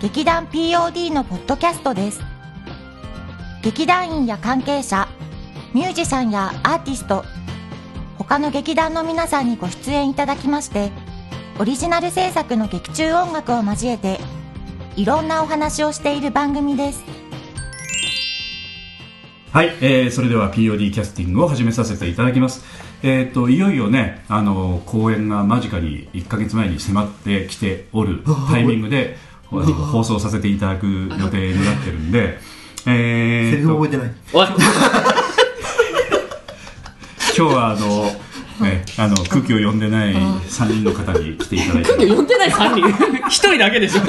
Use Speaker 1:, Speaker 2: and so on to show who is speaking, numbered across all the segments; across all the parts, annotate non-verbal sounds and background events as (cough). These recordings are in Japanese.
Speaker 1: 劇団 POD のポッドキャストです劇団員や関係者ミュージシャンやアーティスト他の劇団の皆さんにご出演いただきましてオリジナル制作の劇中音楽を交えていろんなお話をしている番組です
Speaker 2: はい、えーそれでは POD キャスティングを始めさせていただきます。えっ、と、いよいよね、あの、公演が間近に1ヶ月前に迫ってきておるタイミングで、ほ放送させていただく予定になってるんで、え
Speaker 3: セリ
Speaker 2: ー
Speaker 3: フ
Speaker 2: と
Speaker 3: 覚えてない。
Speaker 4: おい
Speaker 2: 今日はあの、ね、あの空気を読んでない3人の方に来ていただいて
Speaker 4: 呼んでない3人 (laughs) 一人だけでしょ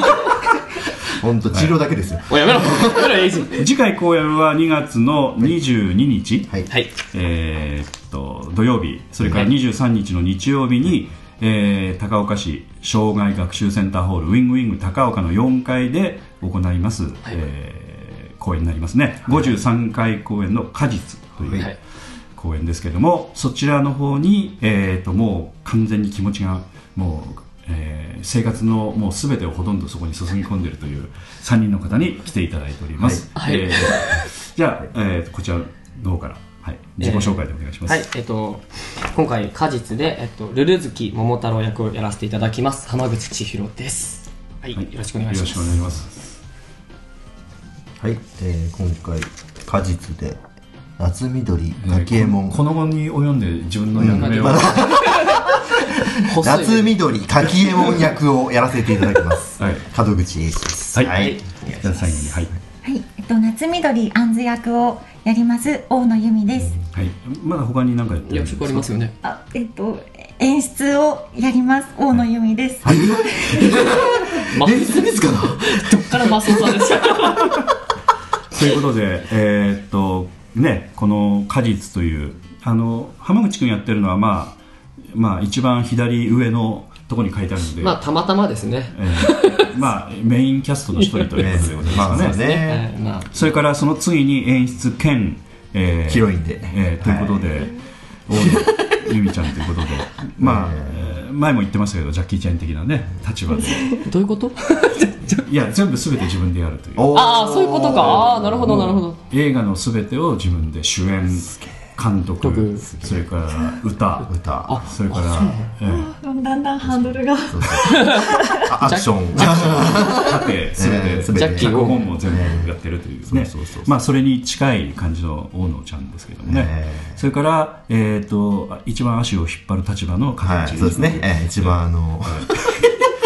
Speaker 3: 本当治療だけですよ。
Speaker 4: おいやめろやめろエイジ
Speaker 2: 次回公演は2月の22日、
Speaker 3: はい。
Speaker 4: はい
Speaker 2: えーっと土曜日それから23日の日曜日に、えー高岡市障害学習センターホールウィングウィング高岡の4階で行います、えー公演になりますね53回公演の「果実」とい
Speaker 4: は
Speaker 2: う
Speaker 4: い
Speaker 2: 公演ですけどもそちらの方に、えー、ともう完全に気持ちがもう、えー生活のもう全てをほとんどそこに注ぎ込んでいるという3人の方に来ていただいております、
Speaker 4: はい
Speaker 2: えー (laughs) じゃあ、えーとこちらの方から、はい、自己紹介でお願いします、
Speaker 4: はいえっと今回果実で、えっと、ルル月桃太郎役をやらせていただきます浜口千尋ですはい、
Speaker 2: はい
Speaker 4: よろしくお願いします
Speaker 2: よろしくお願いします
Speaker 3: はい。えー、今回、果実で、夏緑、ガキエモン。
Speaker 2: この後に及んで自分の役目を、は
Speaker 4: 細い
Speaker 3: 夏緑、ガキエモン役をやらせていただき (laughs) ます。
Speaker 2: はい
Speaker 3: 門口英二です。
Speaker 2: い、
Speaker 4: はい
Speaker 2: じゃあ最後にはい、
Speaker 1: はい、えっと、夏緑杏ンズ役をやります大野由美です
Speaker 2: はい、まだ他に何かやってるんで
Speaker 4: 役
Speaker 2: す
Speaker 4: 職
Speaker 2: か
Speaker 4: ありますよね
Speaker 1: あえっと演出をやります大野由美です、
Speaker 4: マ
Speaker 3: え、スミスかな
Speaker 4: どっからマスオさんですか
Speaker 2: ということで、えーっとね、この「果実」というあの浜口君やってるのは、まあまあ、一番左上のところに書いてあるので、
Speaker 4: (laughs) まあたまたまですね
Speaker 2: えーまあ、メインキャストの一人ということでござい
Speaker 3: ま
Speaker 2: ま
Speaker 3: あ
Speaker 2: (laughs) す
Speaker 3: そ
Speaker 2: か
Speaker 3: う
Speaker 2: ね。
Speaker 3: ね。
Speaker 4: えーまあ
Speaker 2: それからその次に演出兼、えー
Speaker 3: ヒロインで
Speaker 2: えーということで、大野由美ちゃんというこ
Speaker 3: (laughs)
Speaker 2: とで、まあ、えー前も言ってましたけどジャッキー・チェン的なね立場で
Speaker 4: どういうこと
Speaker 2: いや全部全て自分でやるという
Speaker 3: おー
Speaker 4: (laughs) ああそういうことかああなるほどなるほど
Speaker 2: 映画のすべてを自分で主演監督
Speaker 4: 督
Speaker 2: それから歌
Speaker 3: 歌。あ
Speaker 2: それからえ
Speaker 5: だんだんハードルが
Speaker 3: アクション。
Speaker 2: え盾すべ
Speaker 3: え
Speaker 2: て全
Speaker 3: ー全
Speaker 2: て
Speaker 3: て
Speaker 4: ジャッキー
Speaker 2: 脚
Speaker 4: を
Speaker 2: 本も全部やってるというね
Speaker 3: そうそうそうそう
Speaker 2: まあそれに近い感じの大野ちゃんですけどもね
Speaker 3: え
Speaker 2: それからえっと一番足を引っ張る立場の
Speaker 3: ーは
Speaker 2: 形
Speaker 3: い、そうですね。えー、一番あの、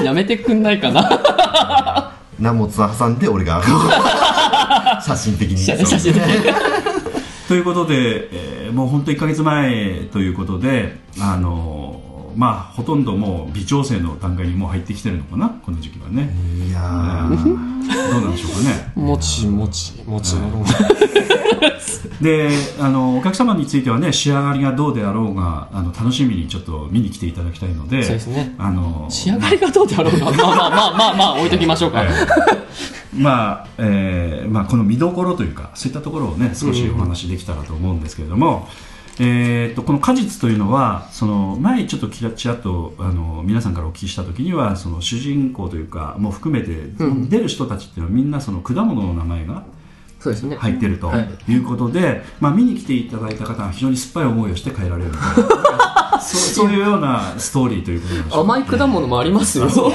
Speaker 4: やめてくんないか (laughs) な
Speaker 3: ナモツ挟んで俺が、 (laughs) 写真的に。
Speaker 4: 写真的に
Speaker 2: ということで、えーもう本当1か月前ということで、あのーまあ、ほとんどもう微調整の段階にもう入ってきてるのかな、この時期はね。
Speaker 3: いやー。
Speaker 2: どうなんでしょうかね。
Speaker 4: もちもちもちの
Speaker 2: であのお客様についてはね仕上がりがどうであろうがあの楽しみにちょっと見に来ていただきたいので
Speaker 4: そうですね
Speaker 2: あの
Speaker 4: 仕上がりがどうであろ (laughs) うが、まあまあまあまあまあ置いときましょうか。
Speaker 2: ええ (laughs) まあ、えーまあこの見どころというかそういったところをね少しお話できたらと思うんですけれども、えー、とこの果実というのはその前ちょっときらちらっとあの皆さんからお聞きした時にはその主人公というかもう含めて、
Speaker 4: ん
Speaker 2: 出る人たちっていうのはみんなその果物の名前が
Speaker 4: そうですね。
Speaker 2: 入ってると
Speaker 4: はい
Speaker 2: いうことで、まあ、見に来ていただいた方は非常に酸っぱい思いをして帰られるみたい
Speaker 4: (laughs)
Speaker 2: なそうそういうようなストーリーということなんでしょう
Speaker 4: 甘い果物もありますよ。
Speaker 3: そう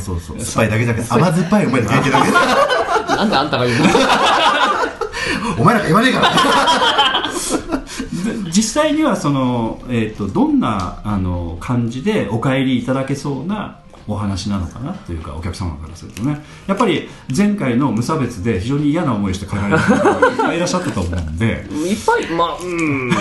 Speaker 3: そうそう。酸っぱいだけじゃなくて、甘酸っぱいお前らだけ (laughs) だけど。
Speaker 4: なんであんたが言うの
Speaker 3: お前らが言わねえから。
Speaker 2: で実際にはその、えー、とどんなあの感じでお帰りいただけそうなお話なのかなというかお客様からするとねやっぱり前回の無差別で非常に嫌な思いして帰られる方がいっぱいいらっしゃったと思うんで
Speaker 4: いっぱいまあうんうん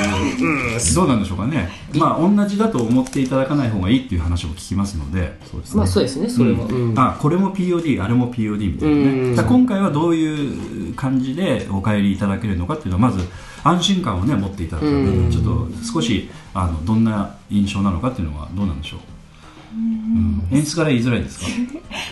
Speaker 2: どうなんでしょうかねまあ同じだと思っていただかない方がいいっていう話を聞きますので
Speaker 3: そうですね
Speaker 4: まあそうですねそれは、うん
Speaker 2: あこれも POD あれも POD みたいなね、
Speaker 4: うん
Speaker 2: だから今回はどういう感じでお帰りいただけるのかっていうのはまず安心感をね持っていただくために、
Speaker 4: うん
Speaker 2: ちょっと少しあのどんな印象なのかっていうのはどうなんでしょう、うん演出から言いづらいですか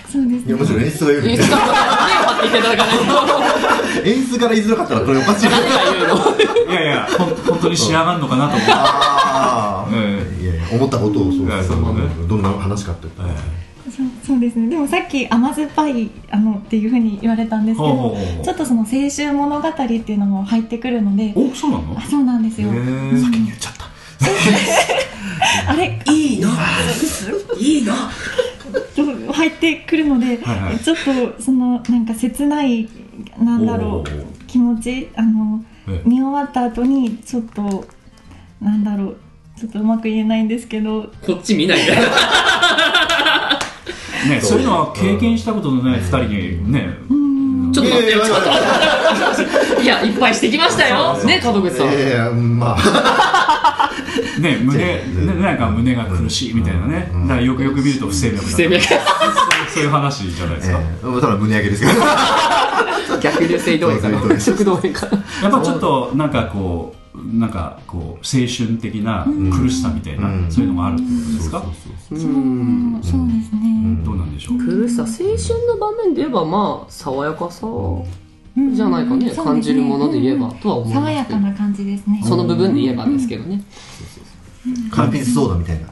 Speaker 6: そうです
Speaker 3: いや
Speaker 6: ね
Speaker 3: もちろん演出はより
Speaker 4: えちょっと待って手を張っていただかないと
Speaker 3: 演出から言いづらかったらこれおかしい
Speaker 4: 誰が言うの
Speaker 2: いやいやほん本当に仕上がるのかなと思
Speaker 4: (laughs)
Speaker 2: って、
Speaker 3: ああ
Speaker 2: ええ
Speaker 3: いやいや思ったことをそう
Speaker 2: いやそうね
Speaker 3: どんな話かって言ったら
Speaker 5: そうそうですねでもさっき甘酸っぱいあのっていうふうに言われたんですけ
Speaker 2: ほうほ
Speaker 5: ど
Speaker 2: うほう
Speaker 5: ちょっとその青春物語っていうのも入ってくるので
Speaker 2: おそうなの
Speaker 5: あそうなんですよ
Speaker 2: へえ
Speaker 3: 先に言っちゃった
Speaker 5: あれ
Speaker 6: いいのいいの
Speaker 5: そう入ってくるので、
Speaker 2: はいはい
Speaker 5: ちょっとそのなんか切ないなんだろ
Speaker 2: おー
Speaker 5: う気持ちあの
Speaker 2: ええ
Speaker 5: 見終わった後にちょっとなんだろうちょっとうまく言えないんですけど
Speaker 4: こっち見ないで
Speaker 2: ね、そういうのは経験したことのない2人にね、
Speaker 4: ちょっと待ってよ
Speaker 3: いやい
Speaker 4: ちょ
Speaker 3: や
Speaker 4: っと待っていやいっぱいしてきましたよね門口さん、
Speaker 3: いやいやまあ
Speaker 2: ね胸
Speaker 3: うん
Speaker 2: ねなんか胸が苦しいみたいなね、
Speaker 3: うん
Speaker 2: だからよくよく見ると不整脈だ
Speaker 4: 不整脈
Speaker 2: そういう話じゃないですか、
Speaker 3: ええただ胸上げですけど
Speaker 4: 逆流性動炎か
Speaker 3: そうそう
Speaker 4: な食道炎かな
Speaker 2: やっぱちょっとなんかこうなんかこう青春的な苦しさみたいな、
Speaker 3: うん
Speaker 2: そういうのもあるってことですか、
Speaker 4: うん
Speaker 5: そうですね、
Speaker 2: どうなんでしょう、
Speaker 4: 苦しさ青春の場面で言えばまあ爽やかさじゃないかね、
Speaker 5: うん
Speaker 4: 感じるもので言えば、
Speaker 5: うん
Speaker 4: とは思いま
Speaker 5: 爽
Speaker 4: す
Speaker 5: や
Speaker 4: け
Speaker 5: か
Speaker 4: ど
Speaker 5: な感じですね
Speaker 4: その部分で言えばですけどね、
Speaker 3: 缶ピースソーダみたいな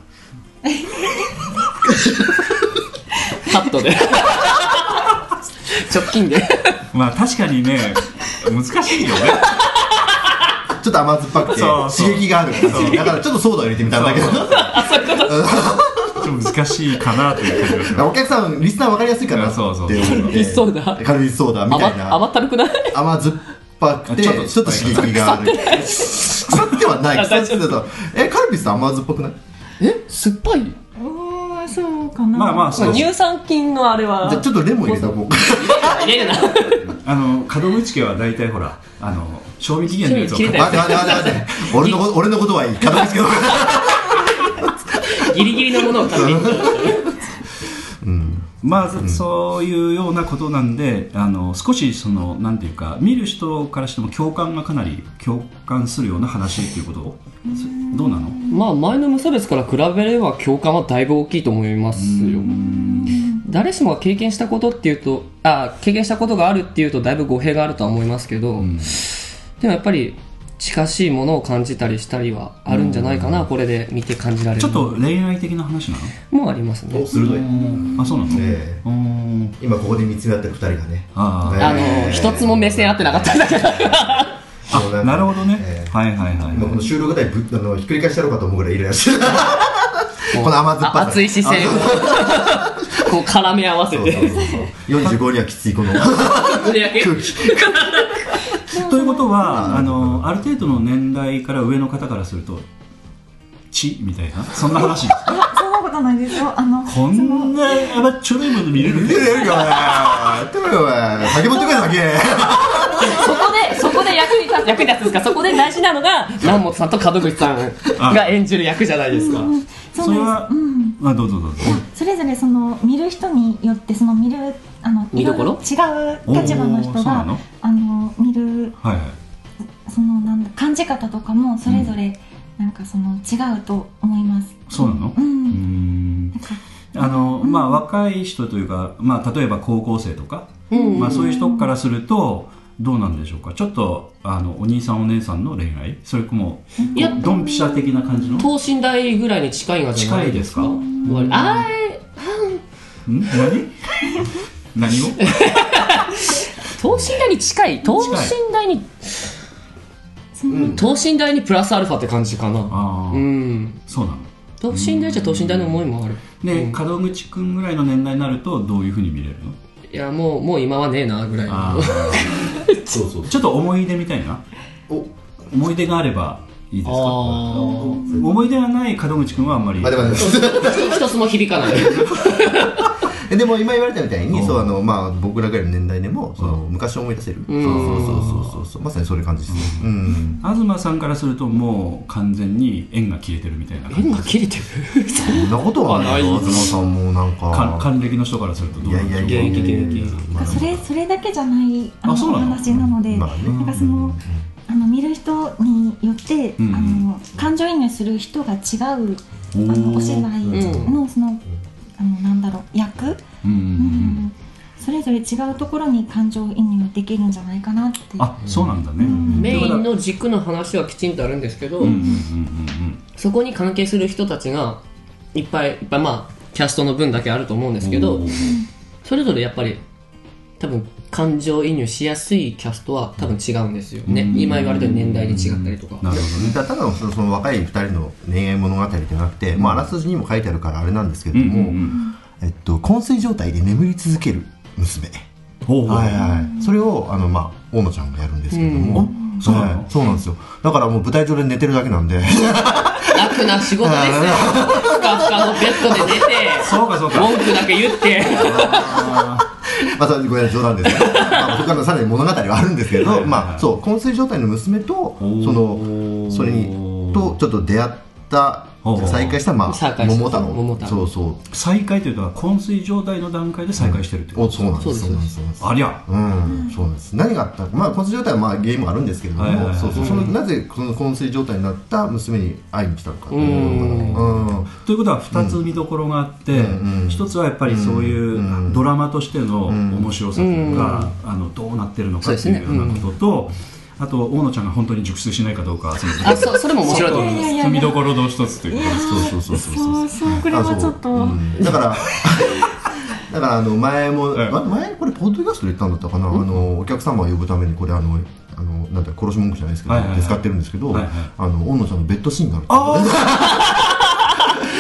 Speaker 4: カットで直近で
Speaker 2: まあ確かにね難しいよね
Speaker 3: ちょっと甘酸っぱくて
Speaker 2: そうそう
Speaker 3: 刺激がある感じだからちょっとソーダを入れてみたんだけど
Speaker 2: ちょっと難しいかなという感じがし
Speaker 3: (laughs)
Speaker 2: ます
Speaker 3: お客さんリスナー分かりやすいかなって
Speaker 2: そう
Speaker 3: 思
Speaker 2: そうう
Speaker 3: ので
Speaker 4: カルビソーダ
Speaker 3: カルビソーダみたい
Speaker 4: 甘甘
Speaker 3: な
Speaker 4: ったるくない
Speaker 3: 甘酸っぱくて
Speaker 2: ち
Speaker 3: ちょ
Speaker 2: ょ
Speaker 3: っ
Speaker 2: っ
Speaker 3: と
Speaker 2: と
Speaker 3: 刺激がある腐ってはない腐ってたとえカルビスって甘酸っぱくない
Speaker 4: え酸っぱい
Speaker 5: おーそうかな
Speaker 2: まあまあそう
Speaker 4: 乳酸菌のあれは
Speaker 3: じゃあちょっとレモン入れとこうか
Speaker 4: 入れるな
Speaker 2: あの門口家は大体ほらあの賞味期限のやつを買っ
Speaker 4: 賞味期限
Speaker 2: て
Speaker 3: 待って待って待って待って俺のこ俺のことはいい片付けど
Speaker 4: ギリギリのものを買っていった
Speaker 2: まあ、そそういうようなことなんであの少しそのなんていうか見る人からしても共感がかなり共感するような話っていうことをどうなの
Speaker 4: まあ前の無差別から比べれば共感はだいぶ大きいと思いますよ誰しもが経験したことっていうとあ経験したことがあるっていうとだいぶ語弊があるとは思いますけど、でもやっぱり近しいものを感じたりしたりはあるんじゃないかな、これで見て感じられる
Speaker 2: ちょっと恋愛的な話なの
Speaker 4: もありますね
Speaker 3: 鋭い
Speaker 2: あそうなの、
Speaker 3: ええ
Speaker 2: うーん
Speaker 3: 今ここで見つめ合ってる二人がね
Speaker 2: あー
Speaker 3: ええ
Speaker 4: あの一つも目線合ってなかったんだけど
Speaker 3: そう
Speaker 2: あなるほどね、
Speaker 3: ええ
Speaker 2: はいはいはい
Speaker 3: 今この収録台ぶあのひっくり返したろうかと思うぐらいイライラしてるこの甘酸っぱさ
Speaker 4: あ熱い視線をこう絡め合わせ
Speaker 3: そう
Speaker 4: て
Speaker 3: そうそうそう45にはきついこの
Speaker 4: 胸焼け
Speaker 3: 空気
Speaker 2: ということはあのある程度の年代から上の方からすると「ち」みたいなそんな
Speaker 3: (laughs)
Speaker 2: 話
Speaker 5: あそんなことないですよあの
Speaker 2: こんなやばっちょろいもの見れるん
Speaker 3: 見
Speaker 2: だ
Speaker 3: て
Speaker 2: よ
Speaker 3: るよやってろよおい酒持ってこい酒
Speaker 4: そこで、そこで役に立つ、役に立つんですか、そこで大事なのが、南本さんと門口さんが演じる役じゃないですか。
Speaker 5: そう
Speaker 2: それ
Speaker 5: なん
Speaker 2: は
Speaker 5: ですうん
Speaker 2: あどうぞどうぞ
Speaker 5: それぞれその見る人によってその見るあの
Speaker 4: 見どころ
Speaker 5: いい違う立場の人
Speaker 2: おーそうなの
Speaker 5: があの見る
Speaker 2: はいはい
Speaker 5: そのなんだ感じ方とかもそれぞれなんかその違うと思います。
Speaker 2: そうなの
Speaker 5: う
Speaker 2: うー
Speaker 5: ん。
Speaker 2: んあのまあ、若い人というか、まあ、例えば高校生とか、まあ、そういう人からするとどうなんでしょうかちょっとあのお兄さんお姉さんの恋愛それとも
Speaker 4: いや
Speaker 2: ドンピシャ的な感じの
Speaker 4: 等身大ぐらいに近いんじゃないですか。
Speaker 2: 近
Speaker 4: 割あー
Speaker 2: ん何 (laughs) 何を
Speaker 4: 等身大に近い、等身大に。等身大にプラスアルファって感じかな。
Speaker 2: ああ、
Speaker 4: うん。
Speaker 2: そうなの
Speaker 4: 等身大じゃ等身大の思いもある。
Speaker 2: で、門口くんぐらいの年代になるとどういうふうに見れるの
Speaker 4: いや、もう、もう今はねえな、ぐらいの。
Speaker 2: ああ
Speaker 3: そうそう
Speaker 2: ちょっと思い出みたいな
Speaker 3: お
Speaker 2: 思い出があればいいですか
Speaker 4: あ
Speaker 2: 思い出がない門口君はあんまり
Speaker 3: あでもね
Speaker 4: ー一つも響かない
Speaker 3: でも今言われたみたいに、
Speaker 2: うん
Speaker 3: そうあのまあ僕らぐらいの年代でもその昔を思い出せる、
Speaker 4: うん
Speaker 3: そうそうそうそうそうまさにそういう感じですね、うん
Speaker 2: 東さんからするともう完全に縁が消えてるみたいな感
Speaker 4: 縁
Speaker 2: じ
Speaker 4: が切れてる
Speaker 3: そんなことはないよ
Speaker 4: あない
Speaker 3: 東さんもなん
Speaker 2: か
Speaker 3: か
Speaker 2: 還暦の人からするとど
Speaker 3: いう
Speaker 2: な
Speaker 3: や
Speaker 2: ん
Speaker 3: い
Speaker 2: でし
Speaker 3: や
Speaker 2: ょう
Speaker 3: いやいやいや
Speaker 4: 現役現
Speaker 3: まあ
Speaker 5: それそれだけじゃないあの
Speaker 2: あそうなの
Speaker 5: お話なので、
Speaker 3: まあね
Speaker 5: なんかそのあの見る人によって、
Speaker 2: うん
Speaker 5: あの感情移入する人が違う
Speaker 2: おー
Speaker 5: あのお芝居のその,、あのなんだろう役、
Speaker 2: うんうんう
Speaker 5: うん
Speaker 2: ん
Speaker 5: それぞれ違うところに感情移入できるんじゃないかなって
Speaker 2: あそうなんだね
Speaker 5: ん
Speaker 4: メイン
Speaker 2: の
Speaker 4: の軸の話はきちんとあるんですけど、
Speaker 2: うんうんうんうん
Speaker 4: そこに関係する人たちがいっぱいいっぱいまあキャストの分だけあると思うんですけど
Speaker 2: おー
Speaker 4: それぞれやっぱり多分感情移入しやすいキャストは多分違うんですよね、
Speaker 2: うん
Speaker 4: 今言われてる年代で違ったりとか、
Speaker 2: なるほどね
Speaker 3: だからただのそのその若い2人の恋愛物語ではなくて、まあ、あらすじにも書いてあるからあれなんですけれども、えっと、昏睡状態で眠り続ける娘、
Speaker 2: ほうほう
Speaker 3: はいはい、それをあの、まあ、大野ちゃんがやるんですけれども、
Speaker 2: おそうなの
Speaker 3: はいそうなんですよだからもう舞台上で寝てるだけなんで (laughs)
Speaker 4: 楽な仕事ですよふかふかのベッドで寝て
Speaker 2: そうかそうか
Speaker 4: 文句だけ言って
Speaker 3: まあそれごめんなさい冗談ですけど、まあ、他のさらに物語はあるんですけ
Speaker 2: はいはい
Speaker 3: ど
Speaker 2: はい
Speaker 3: まあそう昏睡状態の娘とそ
Speaker 2: ー
Speaker 3: のそれにとちょっと出会った
Speaker 2: ほうほう
Speaker 3: 再会した、まあ、
Speaker 4: 再会した
Speaker 3: 桃太郎
Speaker 4: 桃太郎
Speaker 3: そうそう
Speaker 2: 再会というのは昏睡状態の段階で再会してるってこ
Speaker 3: お
Speaker 2: と
Speaker 3: そうなんです
Speaker 4: そ
Speaker 3: そうう
Speaker 4: で
Speaker 3: なんですすそうなんです
Speaker 2: ありゃ
Speaker 3: うん、そうなんです何があったまあ昏睡状態はまあ原因もあるんですけれども、
Speaker 2: はいはいはい
Speaker 3: そうそうそのなぜこの昏睡状態になった娘に会いに来たのかっていうのがうん
Speaker 2: ということは2つ見どころがあって、
Speaker 3: うんうん
Speaker 2: 一つはやっぱりそういう、
Speaker 3: うん
Speaker 2: あのドラマとしての面白さというか、あのどうなってるのかっていうようなことと、あと大野ちゃんが本当に熟睡しないかどうかその
Speaker 4: あそそれも面白いと思います
Speaker 5: いやいやいや
Speaker 2: 見どころの一つということです
Speaker 3: そうそうそうそうそう
Speaker 5: そうそうこれはちょっと、
Speaker 3: あそううんだから
Speaker 5: (laughs)
Speaker 3: だからあの前も、
Speaker 2: はい
Speaker 3: あ前これポッドキャストで言ったんだったかな、あのお客様を呼ぶためにこれあのあのなんて殺し文句じゃないですけど、
Speaker 2: はいはいはい
Speaker 3: で使ってるんですけど、
Speaker 2: はいはい
Speaker 3: あの大野さんのベッドシーンがある
Speaker 2: あ
Speaker 3: あ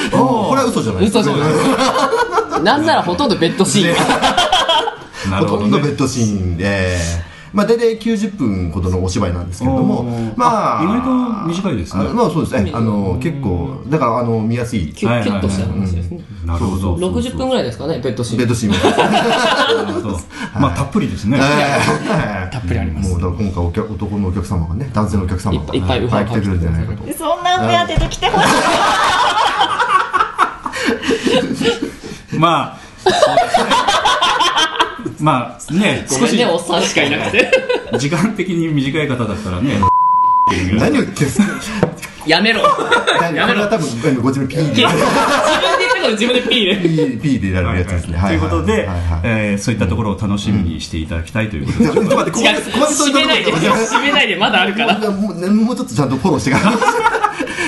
Speaker 3: (laughs) これは嘘じゃないです
Speaker 4: 嘘じゃ
Speaker 3: (laughs)
Speaker 4: ないなんならほとんどベッドシーン
Speaker 2: あな
Speaker 3: ほ
Speaker 2: るほ
Speaker 3: と
Speaker 2: ど
Speaker 3: んど
Speaker 2: ね
Speaker 3: ベッドシーンで、まあ、大体90分ほどのお芝居なんですけれど
Speaker 2: お
Speaker 3: も
Speaker 2: ー、
Speaker 3: まあ、
Speaker 2: あ意外と短いですね
Speaker 3: あまあそうですね、あの結構、だからあの見やすい、
Speaker 4: キュッキュッとした話ですね、
Speaker 2: なるほど
Speaker 3: そう
Speaker 4: 60分ぐらいですかねベッドシーン
Speaker 3: ベッドシーンも。
Speaker 2: なるほどまあたっぷりですね、
Speaker 4: たっぷりあります
Speaker 3: もうだから今回お客、男のお客様がね、男性のお客様が
Speaker 4: いっぱいいっぱい
Speaker 3: 来てくれるんじゃないかと。
Speaker 1: そんな目当てで来てほしい
Speaker 2: まあそうですねまあね
Speaker 4: ご
Speaker 2: 少
Speaker 4: めん
Speaker 2: し
Speaker 4: ねおっさんしかいなくて (laughs)
Speaker 2: 時間的に短い方だったらね
Speaker 3: 何を言ってんすか
Speaker 4: やめろ
Speaker 3: これは多分、ご自分 P
Speaker 4: 自
Speaker 3: で、
Speaker 4: 分で言ったこと自分でピー入れる
Speaker 3: P, P でやるやつですね。
Speaker 2: ということで、
Speaker 3: はいはいはい
Speaker 2: えーそういったところを楽しみにしていただきたいということで、
Speaker 3: ちょっと待って、ここ
Speaker 4: 違
Speaker 3: まで
Speaker 4: う
Speaker 3: ここまでそう
Speaker 4: 締めないいうで
Speaker 3: ところ
Speaker 4: 締めないでまだあるから
Speaker 3: もうもうちょっとちゃんとフォローしてから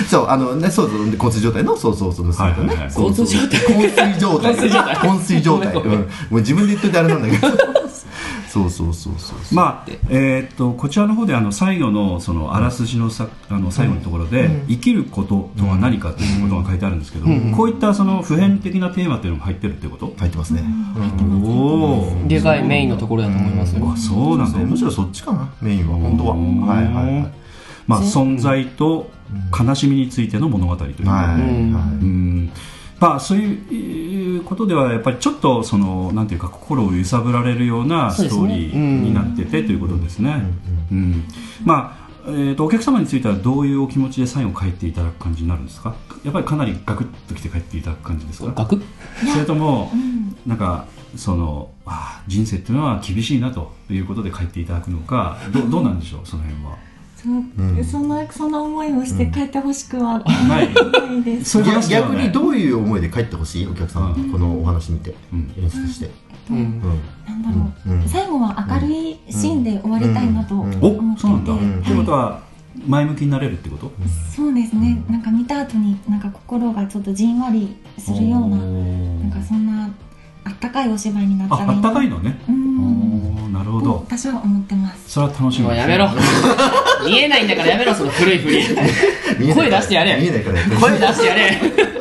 Speaker 3: そうあのねそうそう交通状態のそうそうそう娘と
Speaker 2: はいはいは
Speaker 3: ね
Speaker 2: い
Speaker 3: そうそう
Speaker 4: 交
Speaker 3: 昏睡状態
Speaker 4: 昏睡状態
Speaker 3: 昏睡状態
Speaker 4: ごめんご
Speaker 3: う
Speaker 4: め
Speaker 3: ん
Speaker 4: ん
Speaker 3: もう自分で言っといてあれなんだけどそうそうそうそう
Speaker 2: まあえーっとこちらの方であの最後のそのあらすじのさあの最後のところで、生きることとは何かということが書いてあるんですけど、こういったその普遍的なテーマっていうのも入ってるってこと、
Speaker 3: 入ってますね
Speaker 2: おお
Speaker 4: (laughs) でかいメインのところだと思いますよ
Speaker 2: あそうなんだ
Speaker 3: そうむしろそっちかなメインは本当ははいはいはい
Speaker 2: まあ存在と悲しみについての物語というか、
Speaker 3: はいは
Speaker 2: うんまあ、そういうことではやっぱりちょっとそのなんていうか心を揺さぶられるような
Speaker 4: そう
Speaker 2: ス
Speaker 4: で
Speaker 2: ト
Speaker 4: すね
Speaker 2: ーリーになっててということですね。うんまあえー、とお客様についてはどういうお気持ちでサインを書いていただく感じになるんですかやっぱりかなりガクッときて書いていただく感じですか
Speaker 4: ガク
Speaker 2: それとも、なんかそのあー人生っていうのは厳しいなということで書いていただくのかどどうなんでしょうその辺 (laughs) は。
Speaker 5: そうそんなそんな思いをして帰ってほしくは
Speaker 2: ない
Speaker 5: ないです
Speaker 2: そういう話
Speaker 3: い
Speaker 2: では
Speaker 3: 逆
Speaker 2: ない
Speaker 3: にどういう思いで帰ってほしいお客様
Speaker 2: う
Speaker 3: このお話見て
Speaker 2: うん
Speaker 3: 演出して
Speaker 4: うん
Speaker 3: うん
Speaker 5: なんだろう、
Speaker 3: うん
Speaker 5: 最後は明るいシーンで終わりたいなと
Speaker 3: うん
Speaker 5: 思っていて、
Speaker 2: おそうなんだ。
Speaker 5: はい
Speaker 2: ってことは前向きになれるってこと
Speaker 5: そうですねなんか見た後になんか心がちょっとじんわりするようななんかそんなあったかいお芝居になったらい
Speaker 2: ああ
Speaker 5: い
Speaker 2: った
Speaker 5: な
Speaker 2: かいのね。
Speaker 5: うん
Speaker 2: おーなるほ
Speaker 5: と
Speaker 2: ど。
Speaker 5: 私は思って
Speaker 2: (laughs)
Speaker 5: ます
Speaker 2: それは楽しみ
Speaker 4: も
Speaker 2: で
Speaker 4: う
Speaker 2: すね
Speaker 4: やめろ (laughs) 見えないんだからやめろその古い振り
Speaker 3: 見えない
Speaker 4: 声出してやれ
Speaker 3: 見えないからやって
Speaker 4: (laughs) 声出してやれ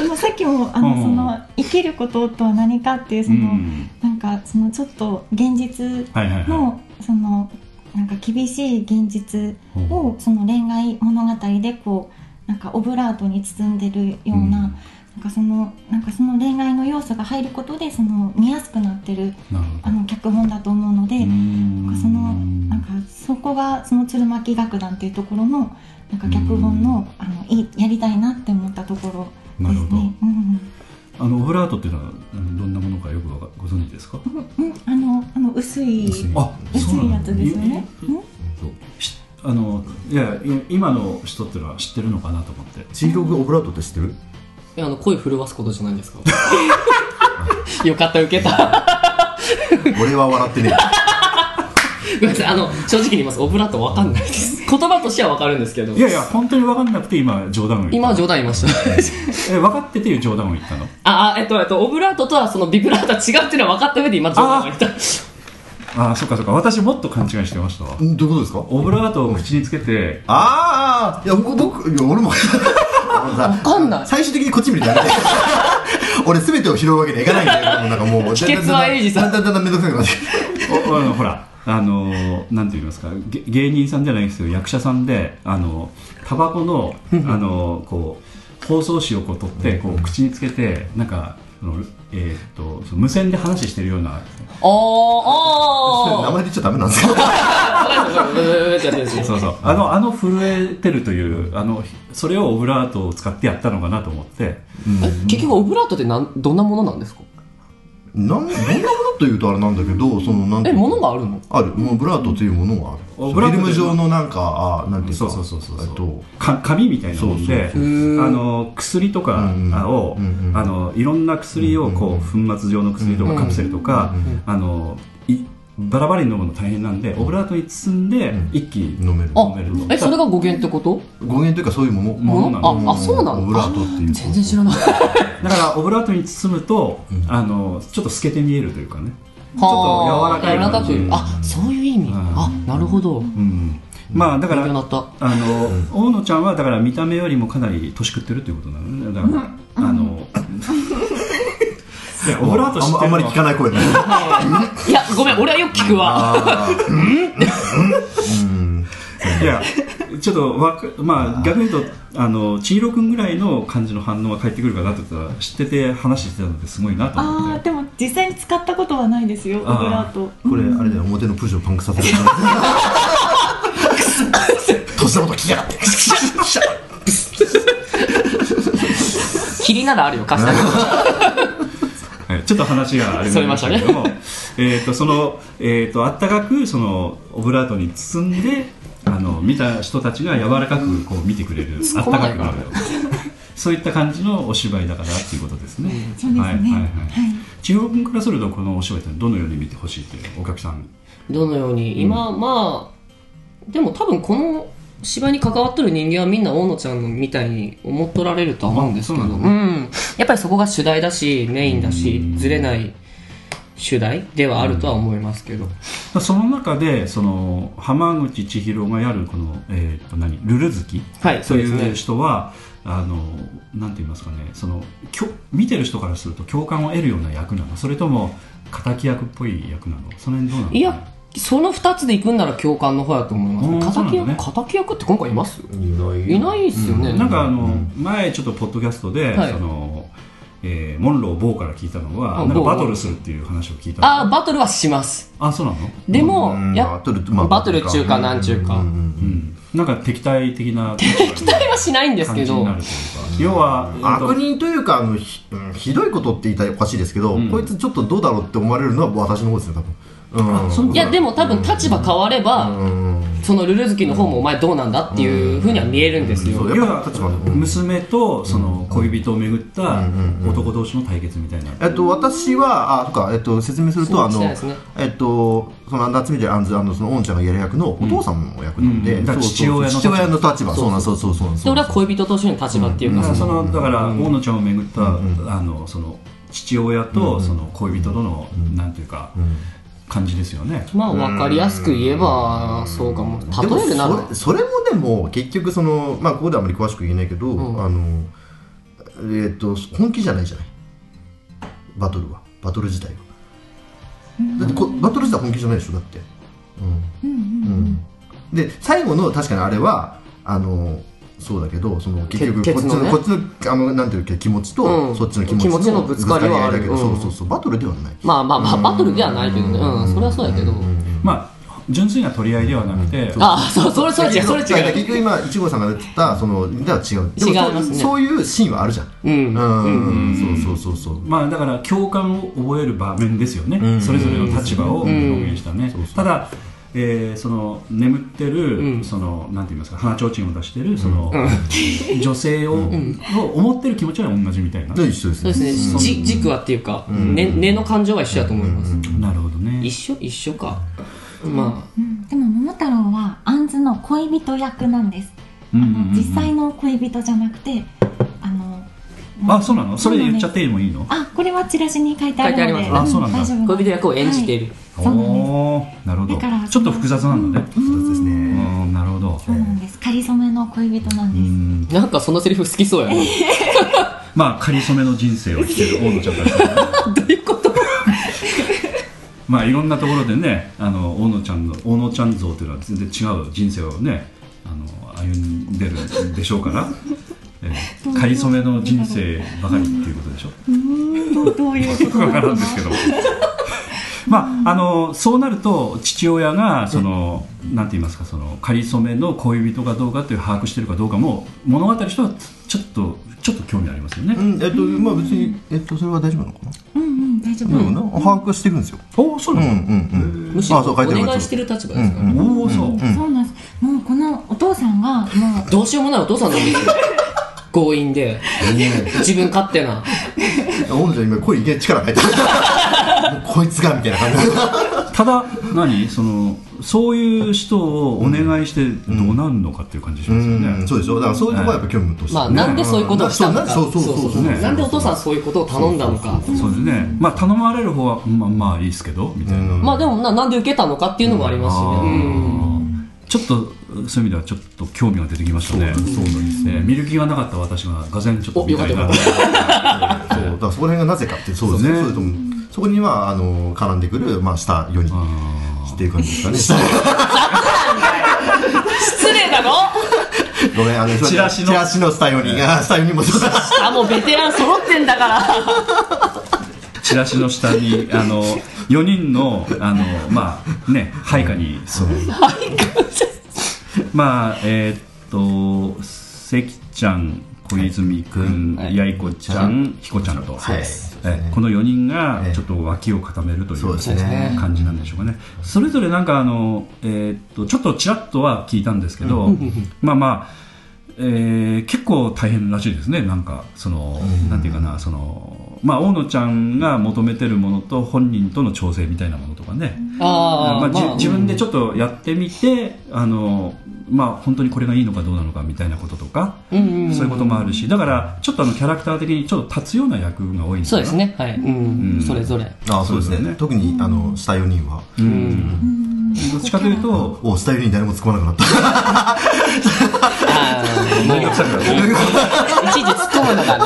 Speaker 5: でもさっきもあの、
Speaker 2: うん
Speaker 5: その生きることとは何かっていうそうの、
Speaker 2: ん。
Speaker 5: なんかそのちょっと現実
Speaker 2: はいはいはい。
Speaker 5: のそのなんか厳しい現実をその恋愛物語でこうなんかオブラートに包んでるよう
Speaker 2: うん
Speaker 5: な,、なんかそのなんかその恋愛の要素が入ることでその見やすくなってる
Speaker 2: なる
Speaker 5: あの脚本だと思うので、なん
Speaker 2: ほ
Speaker 5: かそのなんかそこがその鶴巻楽団っていうところのなんか脚本の,、あのいいやりたいなって思ったところ
Speaker 2: な
Speaker 5: で
Speaker 2: る
Speaker 5: す
Speaker 2: ほど
Speaker 5: ね。うん
Speaker 2: あのオブラートっていうのはあのどんなものかよくわかご存知ですか
Speaker 5: うんうん、あのあの薄い
Speaker 3: 薄い
Speaker 2: あ
Speaker 5: 薄いやつですよね。
Speaker 2: そうしあのいやい今の人っていうのは知ってるのかなと思って
Speaker 3: チーログオブラートって知ってる
Speaker 4: えあの声震わすことじゃないん (laughs) ですかよかった受けた
Speaker 3: 俺は笑ってね
Speaker 4: ごめんなさいあの正直に言いますオブラートわかんないです言葉としてはわかるんですけど
Speaker 2: いやいや本当に分かんなくて今冗談を言った
Speaker 4: 今は冗談言いました
Speaker 2: え分かってて冗談を言ったの
Speaker 4: ああえっとえっとオブラートとはそのビブラートは違うっていうのは分かった上で今冗談を言った
Speaker 2: ああそっかそっか私もっと勘違いしてましたわ
Speaker 3: えんどういうことですか
Speaker 2: オブラートを口につけて
Speaker 3: ああいや僕僕いや俺も (laughs) あのさ
Speaker 4: かんない
Speaker 3: 最終的にこっち見る
Speaker 4: (laughs)
Speaker 3: やめて俺全てを拾うわけにはいかないんだよなんかもう
Speaker 4: (laughs) 秘訣はエイジさん
Speaker 3: だんだんだんだんだんめんどくさくなって
Speaker 2: おあのほらあのーなんて言いますかげ芸人さんじゃないですけど役者さんであのタバコのあのこう包装紙をこう取ってこう口につけてなんかあのえーっとその無線で話してるような
Speaker 4: おーおー
Speaker 3: 名前で言っちゃダメなんですよ
Speaker 2: (laughs) そうそうあのあの震えてるというあのそれをオブラートを使ってやったのかなと思って
Speaker 4: 結局オブラートってなんどんなものなんですか
Speaker 3: なんどんなことというとあれなんだけどそのなんて
Speaker 4: え
Speaker 3: いうの
Speaker 4: 物があるの
Speaker 3: あるもうブラートというものがある
Speaker 2: お
Speaker 3: そう
Speaker 2: ブ
Speaker 3: フ
Speaker 2: ラー
Speaker 3: ィ
Speaker 2: ト
Speaker 3: ル
Speaker 2: というのは
Speaker 3: ム状のなんかあなんていうか
Speaker 2: そうそうそうそう
Speaker 3: えっと
Speaker 2: か紙みたいなもんで
Speaker 3: そうそう
Speaker 4: そう
Speaker 2: あの薬とか
Speaker 3: うんうん
Speaker 2: を、
Speaker 3: うんうん
Speaker 2: あのいろんな薬をこう、粉末状の薬と
Speaker 4: う
Speaker 2: か
Speaker 4: ん
Speaker 2: カプセルとか、あのいバラバラに飲むの大変なんで、オブラートに包んで、
Speaker 3: ん
Speaker 2: 一気に
Speaker 3: 飲める
Speaker 4: あ
Speaker 2: 飲めると
Speaker 4: えそれが語源ってこと
Speaker 3: 語源というかそういうもの
Speaker 2: ものなの
Speaker 4: ああそうなの
Speaker 3: オブラートっていう
Speaker 4: 全然知らない
Speaker 2: だからオブラートに包むと、あのちょっと透けて見えるというかね、ょ
Speaker 4: ち
Speaker 2: っと柔らかい
Speaker 4: 柔らかく
Speaker 2: 感じ
Speaker 4: あそういう意味、
Speaker 2: ん
Speaker 4: あなるほど
Speaker 2: うんまあだか
Speaker 4: 勉強にな
Speaker 2: ら
Speaker 4: った
Speaker 2: あの、大野ちゃんはだから見た目よりもかなり年食ってるということなのねだから、あのいやオブラート知ってるの
Speaker 3: あんまあんまり聞かない声が
Speaker 4: いやごめん俺はよく聞くわ
Speaker 2: いや、ちょっとわか、まあ、逆に言うと、あの、千尋くんぐらいの感じの反応が返ってくるかなと言ったら、知ってて話してたのですごいなと思
Speaker 6: あ
Speaker 2: っ
Speaker 6: ー
Speaker 2: て。
Speaker 6: でも実際に使ったことはないですよオブ
Speaker 2: あー
Speaker 6: ラート
Speaker 3: これあれだよ表のプジョーパンクさせるから年のこと聞きやがって
Speaker 4: (laughs) 霧ならあるよ貸した
Speaker 2: はいちょっと話があれになりましたけども、 (laughs) えっと、その、えっと、あったかく、その、オブラートに包んで、あの、見た人たちが柔らかく、こう、見てくれる、あったかくなる。そういった感じのお芝居だからっていうことですね。
Speaker 5: そうですね
Speaker 2: はいはいはい
Speaker 5: はい
Speaker 2: 千尋くんからすると、このお芝居ってどのように見てほしいっていう、お客さんに。
Speaker 4: どのように今、まあでも多分この芝居に関わってる人間はみんな大野ちゃんのみたいに思っとられるとは思うんですけど
Speaker 2: あ
Speaker 4: う
Speaker 2: そうなん
Speaker 4: ん
Speaker 2: だ
Speaker 4: やっぱりそこが主題だしメインだしずれない主題ではあるとは思いますけど、
Speaker 2: その中でその浜口千尋がやるこの、えー、と何ルル好き
Speaker 4: はい
Speaker 2: と
Speaker 4: そうですね
Speaker 2: いう人は、あのなんて言いますかねそのきょ見てる人からすると共感を得るような役なのそれとも敵役っぽい役なのその辺どうなの
Speaker 4: いやその2つでいくんなら共感の方やと思います
Speaker 2: うんそ
Speaker 4: 敵
Speaker 2: うなんだ
Speaker 4: 役敵役って今回います
Speaker 3: いない
Speaker 4: いないですよね、
Speaker 2: なんかあの、前ちょっとポッドキャストで、
Speaker 4: はい
Speaker 2: そのえーモンロー・ボーから聞いたのはな
Speaker 4: あ
Speaker 2: んか
Speaker 4: ボー
Speaker 2: バトルするっていう話を聞いた
Speaker 4: あ
Speaker 2: の
Speaker 4: ーバトルはします
Speaker 2: あそうなの、
Speaker 4: でも、
Speaker 3: うん
Speaker 4: や
Speaker 3: バトルまあ
Speaker 4: バトル中かなん中か、
Speaker 2: うん、なんか敵対的な敵
Speaker 4: 期待はしないんです
Speaker 2: 感
Speaker 4: け
Speaker 2: じに
Speaker 4: ど
Speaker 2: なるというか要は、えーと
Speaker 3: 悪人というかあのひ,、うんひどいことって言いたらおかしいですけど、
Speaker 2: ん
Speaker 3: こいつちょっとどうだろうって思われるのは私の方ですね多分、うん、
Speaker 2: そう
Speaker 4: いやでも多分立場変われば、そのルルズキの方もお前どうなんだっていうふうには見えるんですよ、
Speaker 3: そうやっぱ立場のうん
Speaker 2: 娘とその恋人を巡った男同士の対決みたいな、
Speaker 3: えっと、私は、あ、とか、えっと、説明すると、
Speaker 4: そう
Speaker 3: あの、
Speaker 4: そうですね
Speaker 3: えっと、その、夏目で、あの、あのその、おんちゃんがやる役の、お父さんの役なんで、
Speaker 2: うんだから
Speaker 3: そうそう
Speaker 2: 父親の立
Speaker 3: 父
Speaker 2: 場
Speaker 3: 親の立場、そうなん、そうそう、そうなん、
Speaker 4: で
Speaker 3: そう
Speaker 4: 俺
Speaker 3: なん
Speaker 4: は。恋人としての立場っていう
Speaker 2: だ
Speaker 4: か、
Speaker 2: から
Speaker 4: そ
Speaker 2: そ
Speaker 4: の
Speaker 2: のだから大野ちゃんを巡った、あのその父親とその恋人との、なんていうか、感じですよね、
Speaker 4: まあ分かりやすく言えばそうかも
Speaker 3: でも
Speaker 4: 例えるなら
Speaker 3: それそれもでも結局そのまあここではあまり詳しく言えないけど、
Speaker 4: ん
Speaker 3: あのえっ、と本気じゃないじゃないバトルはバトル自体はだってこバトル自体は本気じゃないでしょだってうん、うんで最後の確かにあれはあのそうだけどその結局
Speaker 4: け
Speaker 3: こっち
Speaker 4: ケツの
Speaker 3: の,、
Speaker 4: ね
Speaker 3: こっちのあのなんていうか気持ちと、
Speaker 4: うん
Speaker 3: そっちの気持ち
Speaker 4: 気持ちのぶつかりはある
Speaker 3: ぶつかり合いだけど、
Speaker 4: うん
Speaker 3: そうそうそうバトルではない
Speaker 4: まあまあまあバトルではないけどねうんそれはそうやけど
Speaker 2: まあ純粋な取り合いではなくて、
Speaker 4: ああそうそれそれ違うそれ
Speaker 3: だから
Speaker 4: 違う
Speaker 3: 結局今いちごさんが言ってたそのでは違うでも
Speaker 4: 違います
Speaker 3: そう
Speaker 4: ね
Speaker 3: そういうシーンはあるじゃん
Speaker 4: うん
Speaker 3: うん、そうそうそうそう
Speaker 2: まあ、だから共感を覚える場面ですよね、
Speaker 3: うん
Speaker 2: それぞれの立場を表現したね、
Speaker 3: うん
Speaker 2: ただ、えーその眠ってる、
Speaker 4: うん
Speaker 2: そのなんて言いますか鼻ちょうちんを出してるその、女性を,、を思ってる気持ちは同じみたいな、
Speaker 3: で一緒です
Speaker 4: そう
Speaker 3: ね
Speaker 4: ですねじ軸はっていうか根根の感情は一緒やと思います
Speaker 2: なるほどね
Speaker 4: 一緒一緒かまあ
Speaker 5: うんでも桃太郎は杏ズの恋人役なんです、
Speaker 2: うんう
Speaker 5: あ
Speaker 2: んうん
Speaker 5: の実際の恋人じゃなくてあの
Speaker 2: あそうなのそれで言っちゃってもいいの
Speaker 5: あこれはチラシに書いてあるので
Speaker 4: 書いてあります
Speaker 2: あそうなんだ
Speaker 5: 大丈夫
Speaker 4: 恋人役を演じている
Speaker 5: はいそうなんです
Speaker 2: おーなるほど
Speaker 5: だから
Speaker 2: ちょっと複雑なんだね、
Speaker 3: そうです
Speaker 2: う
Speaker 3: ね
Speaker 2: ん、なるほど
Speaker 5: そうなんです仮初めの恋人なん
Speaker 2: う
Speaker 5: です、
Speaker 2: ん
Speaker 4: なんかそのセリフ好きそうやな
Speaker 2: まあ仮初めの人生を生きてる大野ちゃんたちがね
Speaker 5: (laughs)
Speaker 4: どういうこと
Speaker 2: まあいろんなところでねあの大野ちゃんの大野ちゃん像というのは全然違う人生をねあの歩んでるんでしょうから、え
Speaker 5: (laughs)
Speaker 2: ー、仮初めの人生ばかりっていうことでしょ
Speaker 6: どうどういうこと
Speaker 2: よくわからんですけどまああのそうなると父親がそのなんて言いますかその仮初めの恋人かどうかという把握してるかどうかも物語としてはちょっとちょっと興味ありますよね、
Speaker 3: うんえっとまあ別にえっとそれは大丈夫なのかな
Speaker 5: うんうん大丈夫、
Speaker 3: でもな把握してるんですよ
Speaker 2: おおそう
Speaker 3: うん
Speaker 2: な
Speaker 3: うん
Speaker 2: の、
Speaker 3: うん
Speaker 4: むしろ
Speaker 3: あそう
Speaker 4: お
Speaker 3: 書いてる
Speaker 4: 願いしてる立場ですか
Speaker 3: う
Speaker 4: ら
Speaker 3: ん
Speaker 2: おおそう、
Speaker 5: そうなんですもうこのお父さんがもう
Speaker 4: どうしようもないお父さんなんですよ強引で自分勝手な
Speaker 3: 大野ちゃん今声いけ力
Speaker 4: (laughs)
Speaker 3: 入ってるもうこいつがみたいな感じ
Speaker 2: ただ何そのそういう人をお願いしてどうなるのかっていう感じしますよ
Speaker 4: (laughs)
Speaker 2: ね、
Speaker 3: うんそうでしょだからそういうとこはやっぱ興味として
Speaker 4: まあなんでそういうことをしたのか
Speaker 3: そうそうそうそう
Speaker 2: そうね
Speaker 4: なんでお父さんそういうことを頼んだのか
Speaker 2: そうですねまあ頼まれる方はまあまあいいですけどみたいな、
Speaker 4: まあでもななんで受けたのかっていうのもありますしねうん
Speaker 2: ちょっとそういう意味ではちょっと興味が出てきましたねそうなんですね、えー見る気がなかった私ががぜんちょっと見たいな
Speaker 4: お
Speaker 2: (laughs)
Speaker 4: よかっ
Speaker 3: そうだからそこら辺がなぜかってそう
Speaker 2: ですね
Speaker 3: そうだと思うそこにはあの絡んでくるまあ下4人っていう感じですかね
Speaker 4: 失礼だろ
Speaker 3: ごめんあの
Speaker 2: チラシの
Speaker 3: チラシの下4人が下4人もそうだ
Speaker 4: あもうベテラン揃ってんだから
Speaker 2: チラシの下にあの4人のあのまあね配下に
Speaker 3: (laughs)
Speaker 2: その (laughs) まあえーっと関ちゃん小泉君、
Speaker 4: はい
Speaker 2: やいこちゃん、ひこちゃんと、
Speaker 3: そうです
Speaker 2: ええこの4人が
Speaker 3: ええ
Speaker 2: ちょっと脇を固めるという
Speaker 3: そうですね
Speaker 2: 感じなんでしょうかね。それぞれなんかあの、えーっとちょっとちらっとは聞いたんですけど、 (laughs) まあまあ、えー結構大変らしいですね。なんかその、なんていうかなそのまあ大野ちゃんが求めてるものと本人との調整みたいなものとかね。
Speaker 4: あ
Speaker 2: まあ、じ自分
Speaker 4: で
Speaker 2: でちょっとやってみて、あのまあ、本当にこれがいいのかどうなのかみたいなこととか、
Speaker 4: うんうんうん
Speaker 2: そういうこともあるしだからちょっとあのキャラクター的にちょっと立つような役が多いん
Speaker 4: そうです
Speaker 2: ね
Speaker 4: ねはいうん
Speaker 2: うん
Speaker 4: それぞれ
Speaker 3: あそうで
Speaker 2: そ
Speaker 3: す
Speaker 2: うです
Speaker 3: ね
Speaker 2: ね
Speaker 3: 特にあの下4人は
Speaker 4: うん
Speaker 2: どっちかというと
Speaker 3: お下4人誰も突っ込ま (laughs) なくなっ
Speaker 4: ああもういちいち突っ込むのがね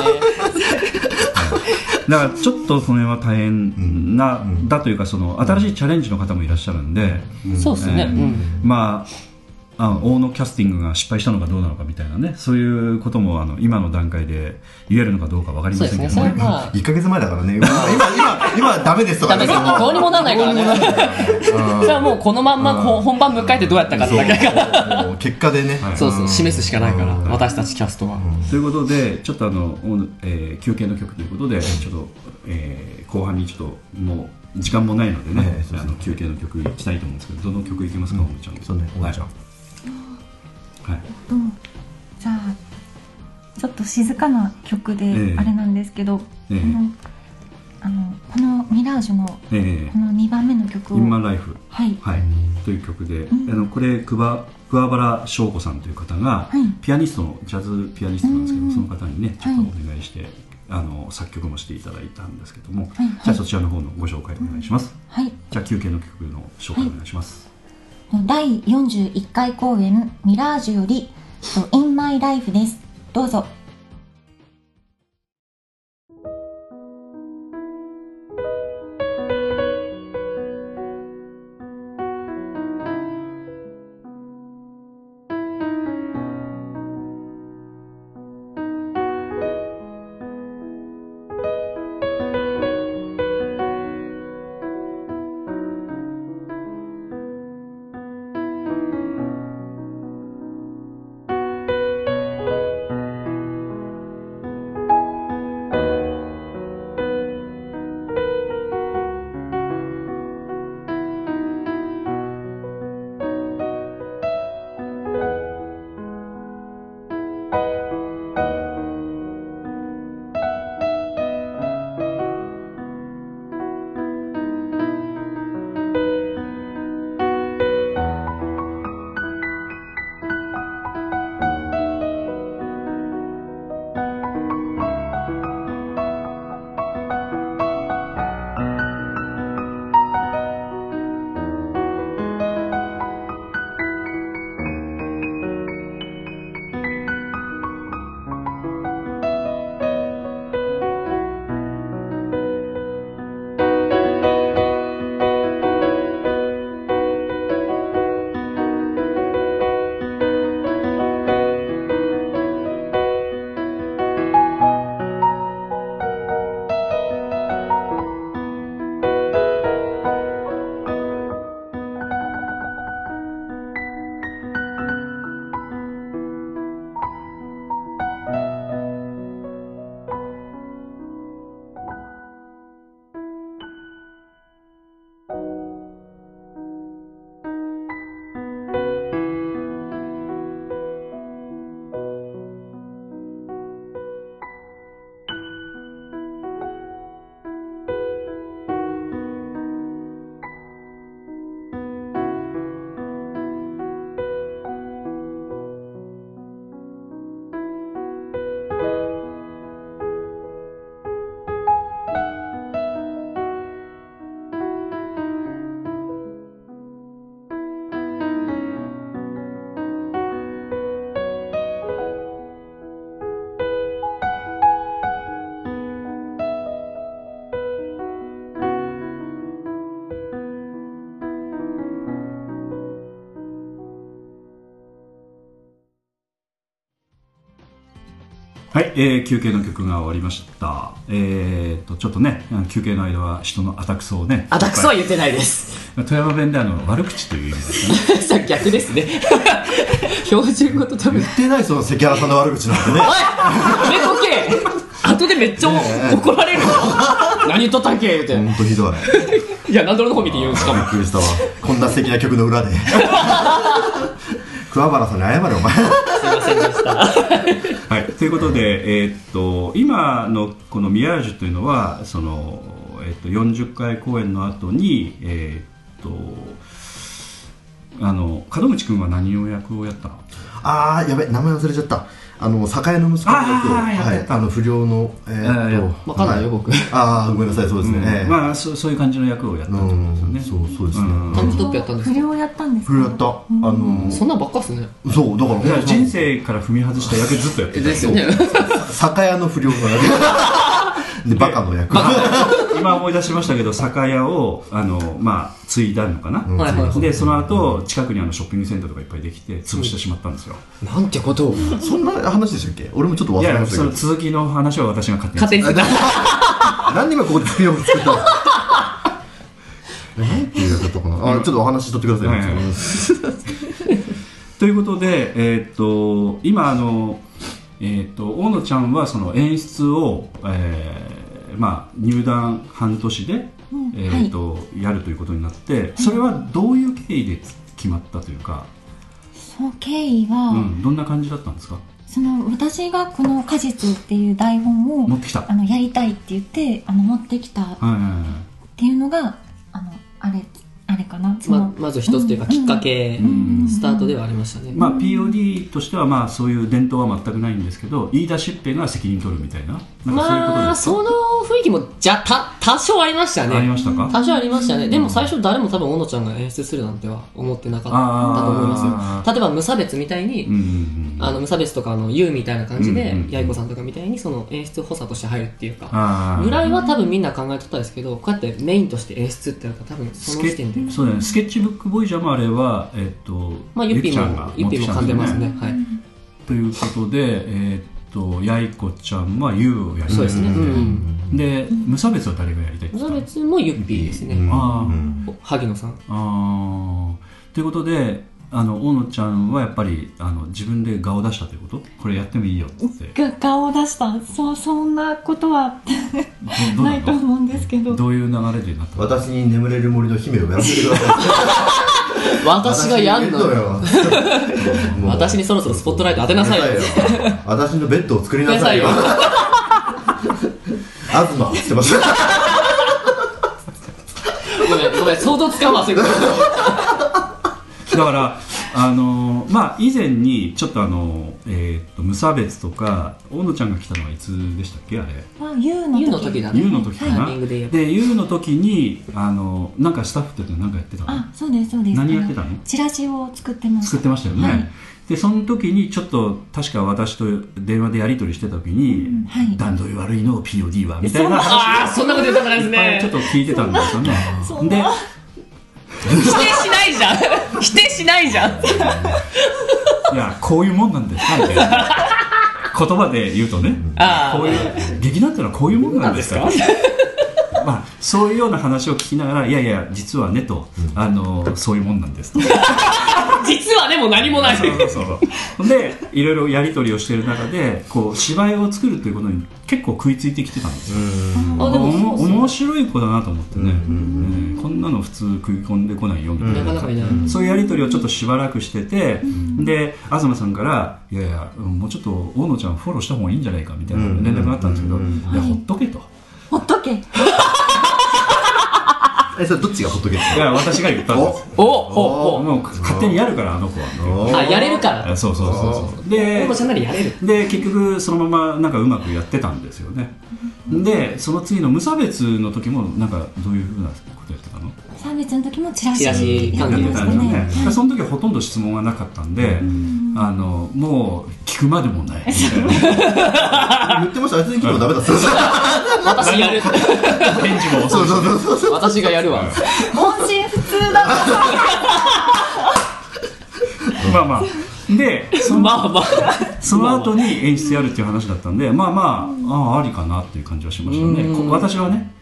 Speaker 2: だからちょっとその辺は大変な、だというかその新しいチャレンジの方もいらっしゃるんで、
Speaker 4: そうですね
Speaker 2: えー
Speaker 4: うん
Speaker 2: まああの大野キャスティングが失敗したのかどうなのかみたいなねそういうこともあの今の段階で言えるのかどうか分かりませんけど
Speaker 4: そうですねそれは
Speaker 3: た1か月前だからね今今今今ダメですとか
Speaker 4: ダメですどうにもならないから
Speaker 3: ど
Speaker 4: ね
Speaker 3: うにもならないから
Speaker 4: それはもうこのまんまこう本番迎えてどうやったかってだけだから
Speaker 3: うんもう結果でね
Speaker 4: そうそう示すしかないから私たちキャストは
Speaker 2: ということでちょっとあの、おえー休憩の曲ということでちょっと、えー後半にちょっともう時間もないのでね、
Speaker 3: ええそうですね
Speaker 2: あの休憩の曲いきたいと思うんですけどどの曲いきますか、おもちゃん
Speaker 3: そうねおもちゃん
Speaker 2: はい、
Speaker 5: じゃあちょっと静かな曲で
Speaker 2: ええ
Speaker 5: あれなんですけど、
Speaker 2: ええ
Speaker 5: このあのこの「ミラージュ」のこ
Speaker 2: えー
Speaker 5: の2番目の曲
Speaker 2: インマ
Speaker 5: を
Speaker 2: ンライフ
Speaker 5: はい
Speaker 2: はい、という曲で、あのこれ桑桑原翔子さんという方が、
Speaker 5: い
Speaker 2: ピアニストのジャズピアニストなんですけど、
Speaker 5: うん
Speaker 2: その方にねちょっと
Speaker 5: はい
Speaker 2: お願いして、あの作曲もしていただいたんですけども、じゃあそちらの方のご紹介お願いします、
Speaker 5: はい
Speaker 2: じゃあ休憩の曲の紹介お願いします、
Speaker 5: 第41回公演「ミラージュ」より「インマイライフですどうぞ
Speaker 2: はい、えー休憩の曲が終わりました。えー、と、ちょっとね、あの休憩の間は人のアタクソをね。
Speaker 4: あたくそは言ってないです。
Speaker 2: 富山弁であの、悪口という意味ですよね。
Speaker 4: (laughs) さ逆ですね。 (laughs) 標準語と多分。
Speaker 3: 言ってないその関原さんの悪口なんてね
Speaker 4: 猫系後でめっちゃ怒られるの (laughs) 何言っとったっけ (laughs) 言う
Speaker 3: 本当ひどいび
Speaker 4: て。いや、何ドルの方見て言うんですかも
Speaker 3: っ。くりしたわこんな素敵な曲の裏で桑原さんに謝れお前
Speaker 2: はい、ということで、えーっと今のこの「ミヤージュ」というのはその、えーっと40回公演の後に、えーっとあの門口君は何を役をやったの
Speaker 3: ああやべ名前忘れちゃったあの酒屋の息子の役を
Speaker 2: あーやって
Speaker 3: はい、あの不良のえ
Speaker 2: あーいや
Speaker 3: ー、っと
Speaker 4: わかんないよ
Speaker 3: は
Speaker 4: 僕
Speaker 3: ああごめんなさいそうですね、え
Speaker 2: うん
Speaker 3: ー
Speaker 2: まあそうそういう感じの役をやったってことですよね。
Speaker 3: うんそうそうですね
Speaker 2: ん
Speaker 7: タンクトップやったんです
Speaker 5: 不
Speaker 7: か
Speaker 5: 良やったんです
Speaker 3: 不良やった、あの
Speaker 7: そんなんばっかっすね
Speaker 3: そうだから
Speaker 2: だから人生から踏み外した役ずっとやってた
Speaker 7: ですよね
Speaker 3: 酒屋の不良の役でバカの役
Speaker 2: 今思い出しましたけど酒屋をあの、まあ、継いだのかな、
Speaker 7: はいはい
Speaker 2: でその後近くにあのショッピングセンターとかいっぱいできて潰してしまったんですよ、
Speaker 4: (laughs) なんてことを。
Speaker 3: そんな話でしたっけ俺もちょっと忘
Speaker 2: い
Speaker 3: れ
Speaker 2: や
Speaker 3: まし
Speaker 2: そ
Speaker 3: た
Speaker 2: の
Speaker 3: け
Speaker 2: 続きの話は私が勝手に
Speaker 7: 勝手にする
Speaker 3: ど何で今ここで不良を作ったんですか何ていうやつだったかなあちょっとお話しとってください、
Speaker 2: はいはいということで、えーっと今あの、えーっと大野ちゃんはその演出を、えーまあ、入団半年で、えーっとやるということになってそれはどういう経緯で決まったというか、
Speaker 5: そう経緯は、
Speaker 2: うん、どんな感じだったんですか
Speaker 5: その私がこの「果実」っていう台本
Speaker 2: 持
Speaker 5: を
Speaker 2: ってきた、はい
Speaker 5: あのやりたいって言ってあの持ってきたっ
Speaker 2: はいは
Speaker 5: ていうのがあのあれあれかなそ
Speaker 4: ま
Speaker 5: の、
Speaker 4: まず一つというか、きっかけ、スタートではありましたね
Speaker 2: い。まあ、POD としては、まあ、そういう伝統は全くないんですけど言い出しっぺが責任取るみたいななんかそういうところ
Speaker 4: ま
Speaker 2: で
Speaker 4: あ、
Speaker 2: すか
Speaker 4: その雰囲気も、じゃ、た、多少ありました
Speaker 2: あり
Speaker 4: ね。
Speaker 2: ましたか
Speaker 4: 多少ありましたね。でも最初誰も多分、小野ちゃんが演出するなんては思ってなかったと思い
Speaker 2: あ
Speaker 4: ますよ。例えば、無差別みたいに
Speaker 2: うん、うんうん
Speaker 4: あの無差別とかあの U みたいな感じで、
Speaker 2: うんうんうん
Speaker 4: やいこさんとかみたいにその演出補佐として入るっていうか
Speaker 2: あー
Speaker 4: ぐらいは多分みんな考えとったんですけどこうやってメインとして演出ってなったら多分そ
Speaker 2: ス
Speaker 4: の
Speaker 2: ケ
Speaker 4: 時点で、
Speaker 2: そうだね、スケッチブックボーイジャーもあれは、えっと、
Speaker 4: まあ、ゆっぴ
Speaker 2: ゆきちゃん
Speaker 4: ー
Speaker 2: が
Speaker 4: もゆっぴーも噛んでますね
Speaker 2: 持ってき
Speaker 4: は
Speaker 2: た
Speaker 4: い
Speaker 2: んですねということで、えっと、やいこちゃんは U をやりたい
Speaker 4: そうですね、うん
Speaker 2: で、無差別は誰がやりたいって言
Speaker 4: 無差
Speaker 2: った
Speaker 4: 別もゆっぴーですね、
Speaker 3: うん
Speaker 2: あ
Speaker 3: うん
Speaker 4: お萩野さん
Speaker 2: あーということで、あの、大野ちゃんはやっぱり、あの、自分で顔を出したということこれやってもいいよって。
Speaker 5: が顔を出したそうそんなことは
Speaker 2: どう
Speaker 5: ないと
Speaker 2: の
Speaker 5: 思うんですけど
Speaker 2: どういう流れでなったの
Speaker 3: 私に眠れる森の姫をやらせてください
Speaker 4: 私がやんのよ
Speaker 3: もう
Speaker 4: 私にそろそろスポットライト当てなさいよ
Speaker 3: 当てなさいよ私のベッドを作りなさいよ
Speaker 4: 当てな
Speaker 3: 東してました
Speaker 4: ごめんごめん想像つかんわそういうこと
Speaker 2: だから、あのーまあ、以前にちょっとあのー、えーっと無差別とか大野ちゃんが来たのはいつでしたっけあれ
Speaker 5: あ U の
Speaker 4: U
Speaker 5: 時
Speaker 4: の時だね
Speaker 2: U の時か
Speaker 4: タイ
Speaker 2: な、
Speaker 4: ミングで言えば
Speaker 2: で U の時にあのなんかスタッフって何かやってたの
Speaker 5: あそうですそうです
Speaker 2: 何やってたの
Speaker 5: あチラシを作ってました
Speaker 2: 作ってましたよね、
Speaker 5: はい
Speaker 2: でその時にちょっと確か私と電話でやり取りしてた時に
Speaker 5: んはい
Speaker 2: 段取り悪いの POD は」みたいな話
Speaker 4: ああそんなこと言ったからです
Speaker 2: いっぱい
Speaker 4: ね
Speaker 2: ちょっと聞いてたんですよね
Speaker 5: そんな
Speaker 2: で
Speaker 4: 否定しないじゃん否定しないじゃん
Speaker 2: いやこういうもんなんですかみたいな言葉で言うとね
Speaker 4: あ
Speaker 2: こういう劇団ってのはこういうもんなんですか (laughs) まあ、そういうような話を聞きながら「いやいや実はね」と、あのそういうもんなんです」とそ
Speaker 4: あ実はでも何もないう
Speaker 2: そうそうでいろいろやり取りをしている中でこう芝居を作るということに結構食いついてきてたんですよ
Speaker 4: あ
Speaker 2: お
Speaker 4: でも
Speaker 2: も面白い子だなと思ってね、うんこんなの普通食い込んでこないよみたいな,、
Speaker 4: なかなかいない
Speaker 2: そういうやり取りをちょっとしばらくしてて、で東さんから「いやいやうんもうちょっと大野ちゃんフォローした方がいいんじゃないか」みたいな連絡があったんですけど「いやほっとけ」と。
Speaker 5: ほっとけ
Speaker 3: えそれどっちがほっとけって
Speaker 2: いや私が言ったんです
Speaker 4: お
Speaker 2: (laughs) お
Speaker 4: おお
Speaker 2: もう勝手にやるからあの子は
Speaker 3: おー
Speaker 4: あやれるから
Speaker 2: あそうそうそうそうで
Speaker 4: 大野ちゃんならやれる
Speaker 2: で結局そのままなんかうまくやってたんですよねでその次の無差別の時もなんかどういうふうなことやってたの
Speaker 5: サービスの時もチラシ
Speaker 4: チラシ
Speaker 5: や
Speaker 4: 関
Speaker 5: って
Speaker 4: 係
Speaker 2: やっ
Speaker 5: ま
Speaker 2: て
Speaker 5: したた
Speaker 2: んです
Speaker 5: ね
Speaker 2: よねでその時はほとんど質問がなかったんであのもう聞くまでもない
Speaker 8: (laughs)
Speaker 2: みたいな
Speaker 3: 言ってましたあいつに聞いてもダメだった
Speaker 4: 私やる
Speaker 2: 返事も遅
Speaker 3: そう
Speaker 2: いし
Speaker 3: そうそうそう
Speaker 4: 私がやるわ
Speaker 5: 音信不通だ
Speaker 2: まあまあでその
Speaker 8: まあまあ
Speaker 2: その後に演出やるっていう話だったんでまあまあああありかなっていう感じはしましたね
Speaker 8: うん
Speaker 2: こ私はね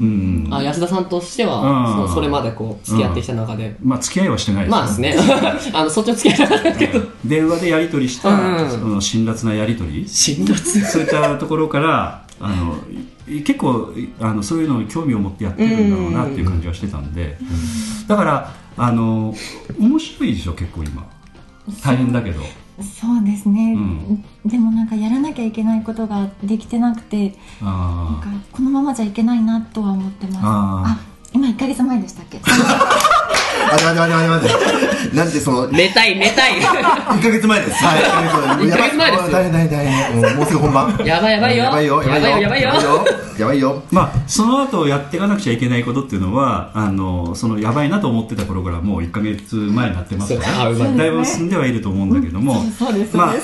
Speaker 2: うん
Speaker 8: あ安田さんとしては
Speaker 2: うん
Speaker 8: そそれまでこう付き合ってきた中で
Speaker 2: まあ付き合いはしてない
Speaker 8: まあですね (laughs) あのそっちの付き合いじゃなかったけど
Speaker 2: (laughs) 電話でやり取りした、
Speaker 8: うん
Speaker 2: その辛辣なやり取り
Speaker 8: 辛辣
Speaker 2: そういったところからあのい結構いあのそういうのに興味を持ってやってるんだろうなっていう感じはしてたんで、だからあの面白いでしょ結構今大変だけど
Speaker 5: そうですね、
Speaker 2: うん
Speaker 5: でもなんかやらなきゃいけないことができてなくてなん
Speaker 2: あ
Speaker 5: かこのままじゃいけないなとは思ってます
Speaker 2: あー
Speaker 5: あ今1か月前でしたっけ
Speaker 3: あ待って待って待って待ってなんでその
Speaker 8: めたいめたい
Speaker 3: 1ヶ月前ですはい1
Speaker 8: 一ヶ月前です
Speaker 3: 大変大変大変もうもうすぐ本番
Speaker 8: やばいやばいよ
Speaker 3: やばいよ
Speaker 8: やばいよやばいよ
Speaker 3: やばいよやばいよ
Speaker 2: ーまあその後やっていかなくちゃいけないことっていうのはあのそのやばいなと思ってた頃からもう1か月前になってますから
Speaker 8: あうまい
Speaker 2: だいぶ進んではいると思うんだけども、
Speaker 5: そうです
Speaker 2: まあ、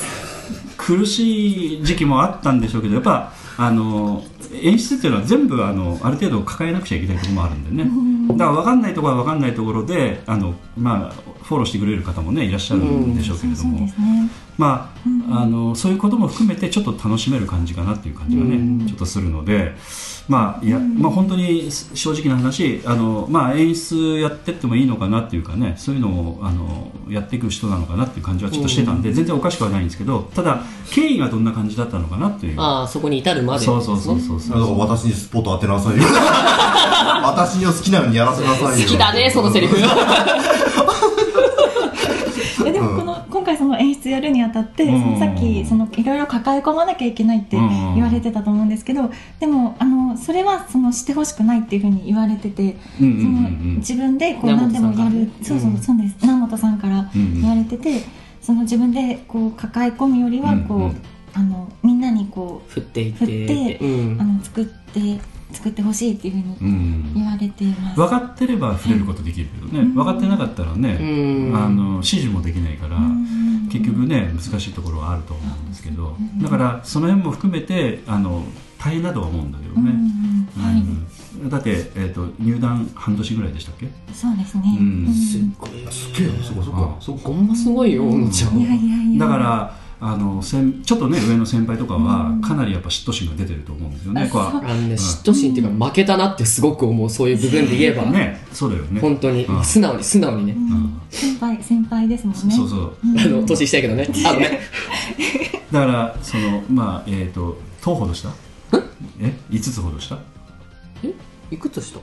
Speaker 2: 苦しい時期もあったんでしょうけどやっぱあの演出っていうのは全部あのある程度抱えなくちゃいけないところもあるんでねだから分かんないところは分かんないところであの、まあ、フォローしてくれる方もねいらっしゃるんでしょうけれども、
Speaker 5: ですね
Speaker 2: まあ、あのそういうことも含めてちょっと楽しめる感じかなっていう感じがね、ちょっとするので、まあいやまあ、本当に正直な話あの、まあ、演出やってってもいいのかなっていうかねそういうのをあのやっていく人なのかなっていう感じはちょっとしてたんで、全然おかしくはないんですけどただ経緯がどんな感じだったのかなっていう。
Speaker 8: ああそこに至るまで
Speaker 2: そうそうそうそう
Speaker 3: だ
Speaker 2: そ
Speaker 3: から
Speaker 2: う
Speaker 3: 私にスポット当てなさ (laughs) いよ私を好きなのにやらせなさいよ
Speaker 8: 好きだねそのセ
Speaker 3: (laughs)
Speaker 8: リフ
Speaker 5: えでもこの、今回その演出やるにあたって、
Speaker 2: うん
Speaker 5: そのさっきそのいろいろ抱え込まなきゃいけないって
Speaker 2: うん
Speaker 5: 言われてたと思うんですけど、でもあのそれはそのしてほしくないっていうふうに言われてて、
Speaker 2: うんう
Speaker 5: その
Speaker 2: ん
Speaker 5: 自分でこう
Speaker 8: 南本
Speaker 5: 何
Speaker 8: さ
Speaker 5: で
Speaker 8: ん
Speaker 5: も
Speaker 8: から
Speaker 5: やるそうそう
Speaker 8: うん
Speaker 5: そうです南本さんから
Speaker 2: うんうん
Speaker 5: 言われてて、その自分でこう抱え込むよりはこう、
Speaker 2: うんうん
Speaker 5: あのみんなにこ
Speaker 8: 振っていって
Speaker 5: 振って
Speaker 8: うん
Speaker 5: うあの作って作ってほしいっていうふう
Speaker 2: う
Speaker 5: に
Speaker 2: んう
Speaker 5: 言
Speaker 2: ん
Speaker 5: われています。
Speaker 2: 分かってれば触れることできるけどね、分かってなかったら
Speaker 8: う
Speaker 2: ね、
Speaker 8: ん
Speaker 2: あの指示もできないから、
Speaker 5: うん
Speaker 2: 結局ね難しいところはあると思うんですけどだからその辺も含めてあの大変だとは思うんだけど
Speaker 5: うんう
Speaker 2: ね、
Speaker 5: んはい、
Speaker 2: うんだって、えー、と入団半年ぐらいでしたっけ
Speaker 5: そうですね。
Speaker 2: うん
Speaker 8: すっごい
Speaker 3: すげえなそこそこ
Speaker 8: そこんなすごいよおのちゃん
Speaker 5: いやいやいや。
Speaker 2: だからあの先ちょっとね上の先輩とかはかなりやっぱ嫉妬心が出てると思うんですよねこ
Speaker 5: そ
Speaker 2: は
Speaker 8: あのね嫉妬心っていうか負けたなってすごく思うそういう部分で言えば
Speaker 2: ねそうだよね、
Speaker 8: 本当に
Speaker 2: うん
Speaker 8: 素直に素直にね
Speaker 2: うん
Speaker 5: 先輩先輩ですもんね。
Speaker 2: そうそう
Speaker 8: あの年下やけどねあのね
Speaker 2: だからそのまあえっ、と10ほどしたえ5つほどした
Speaker 8: いくつした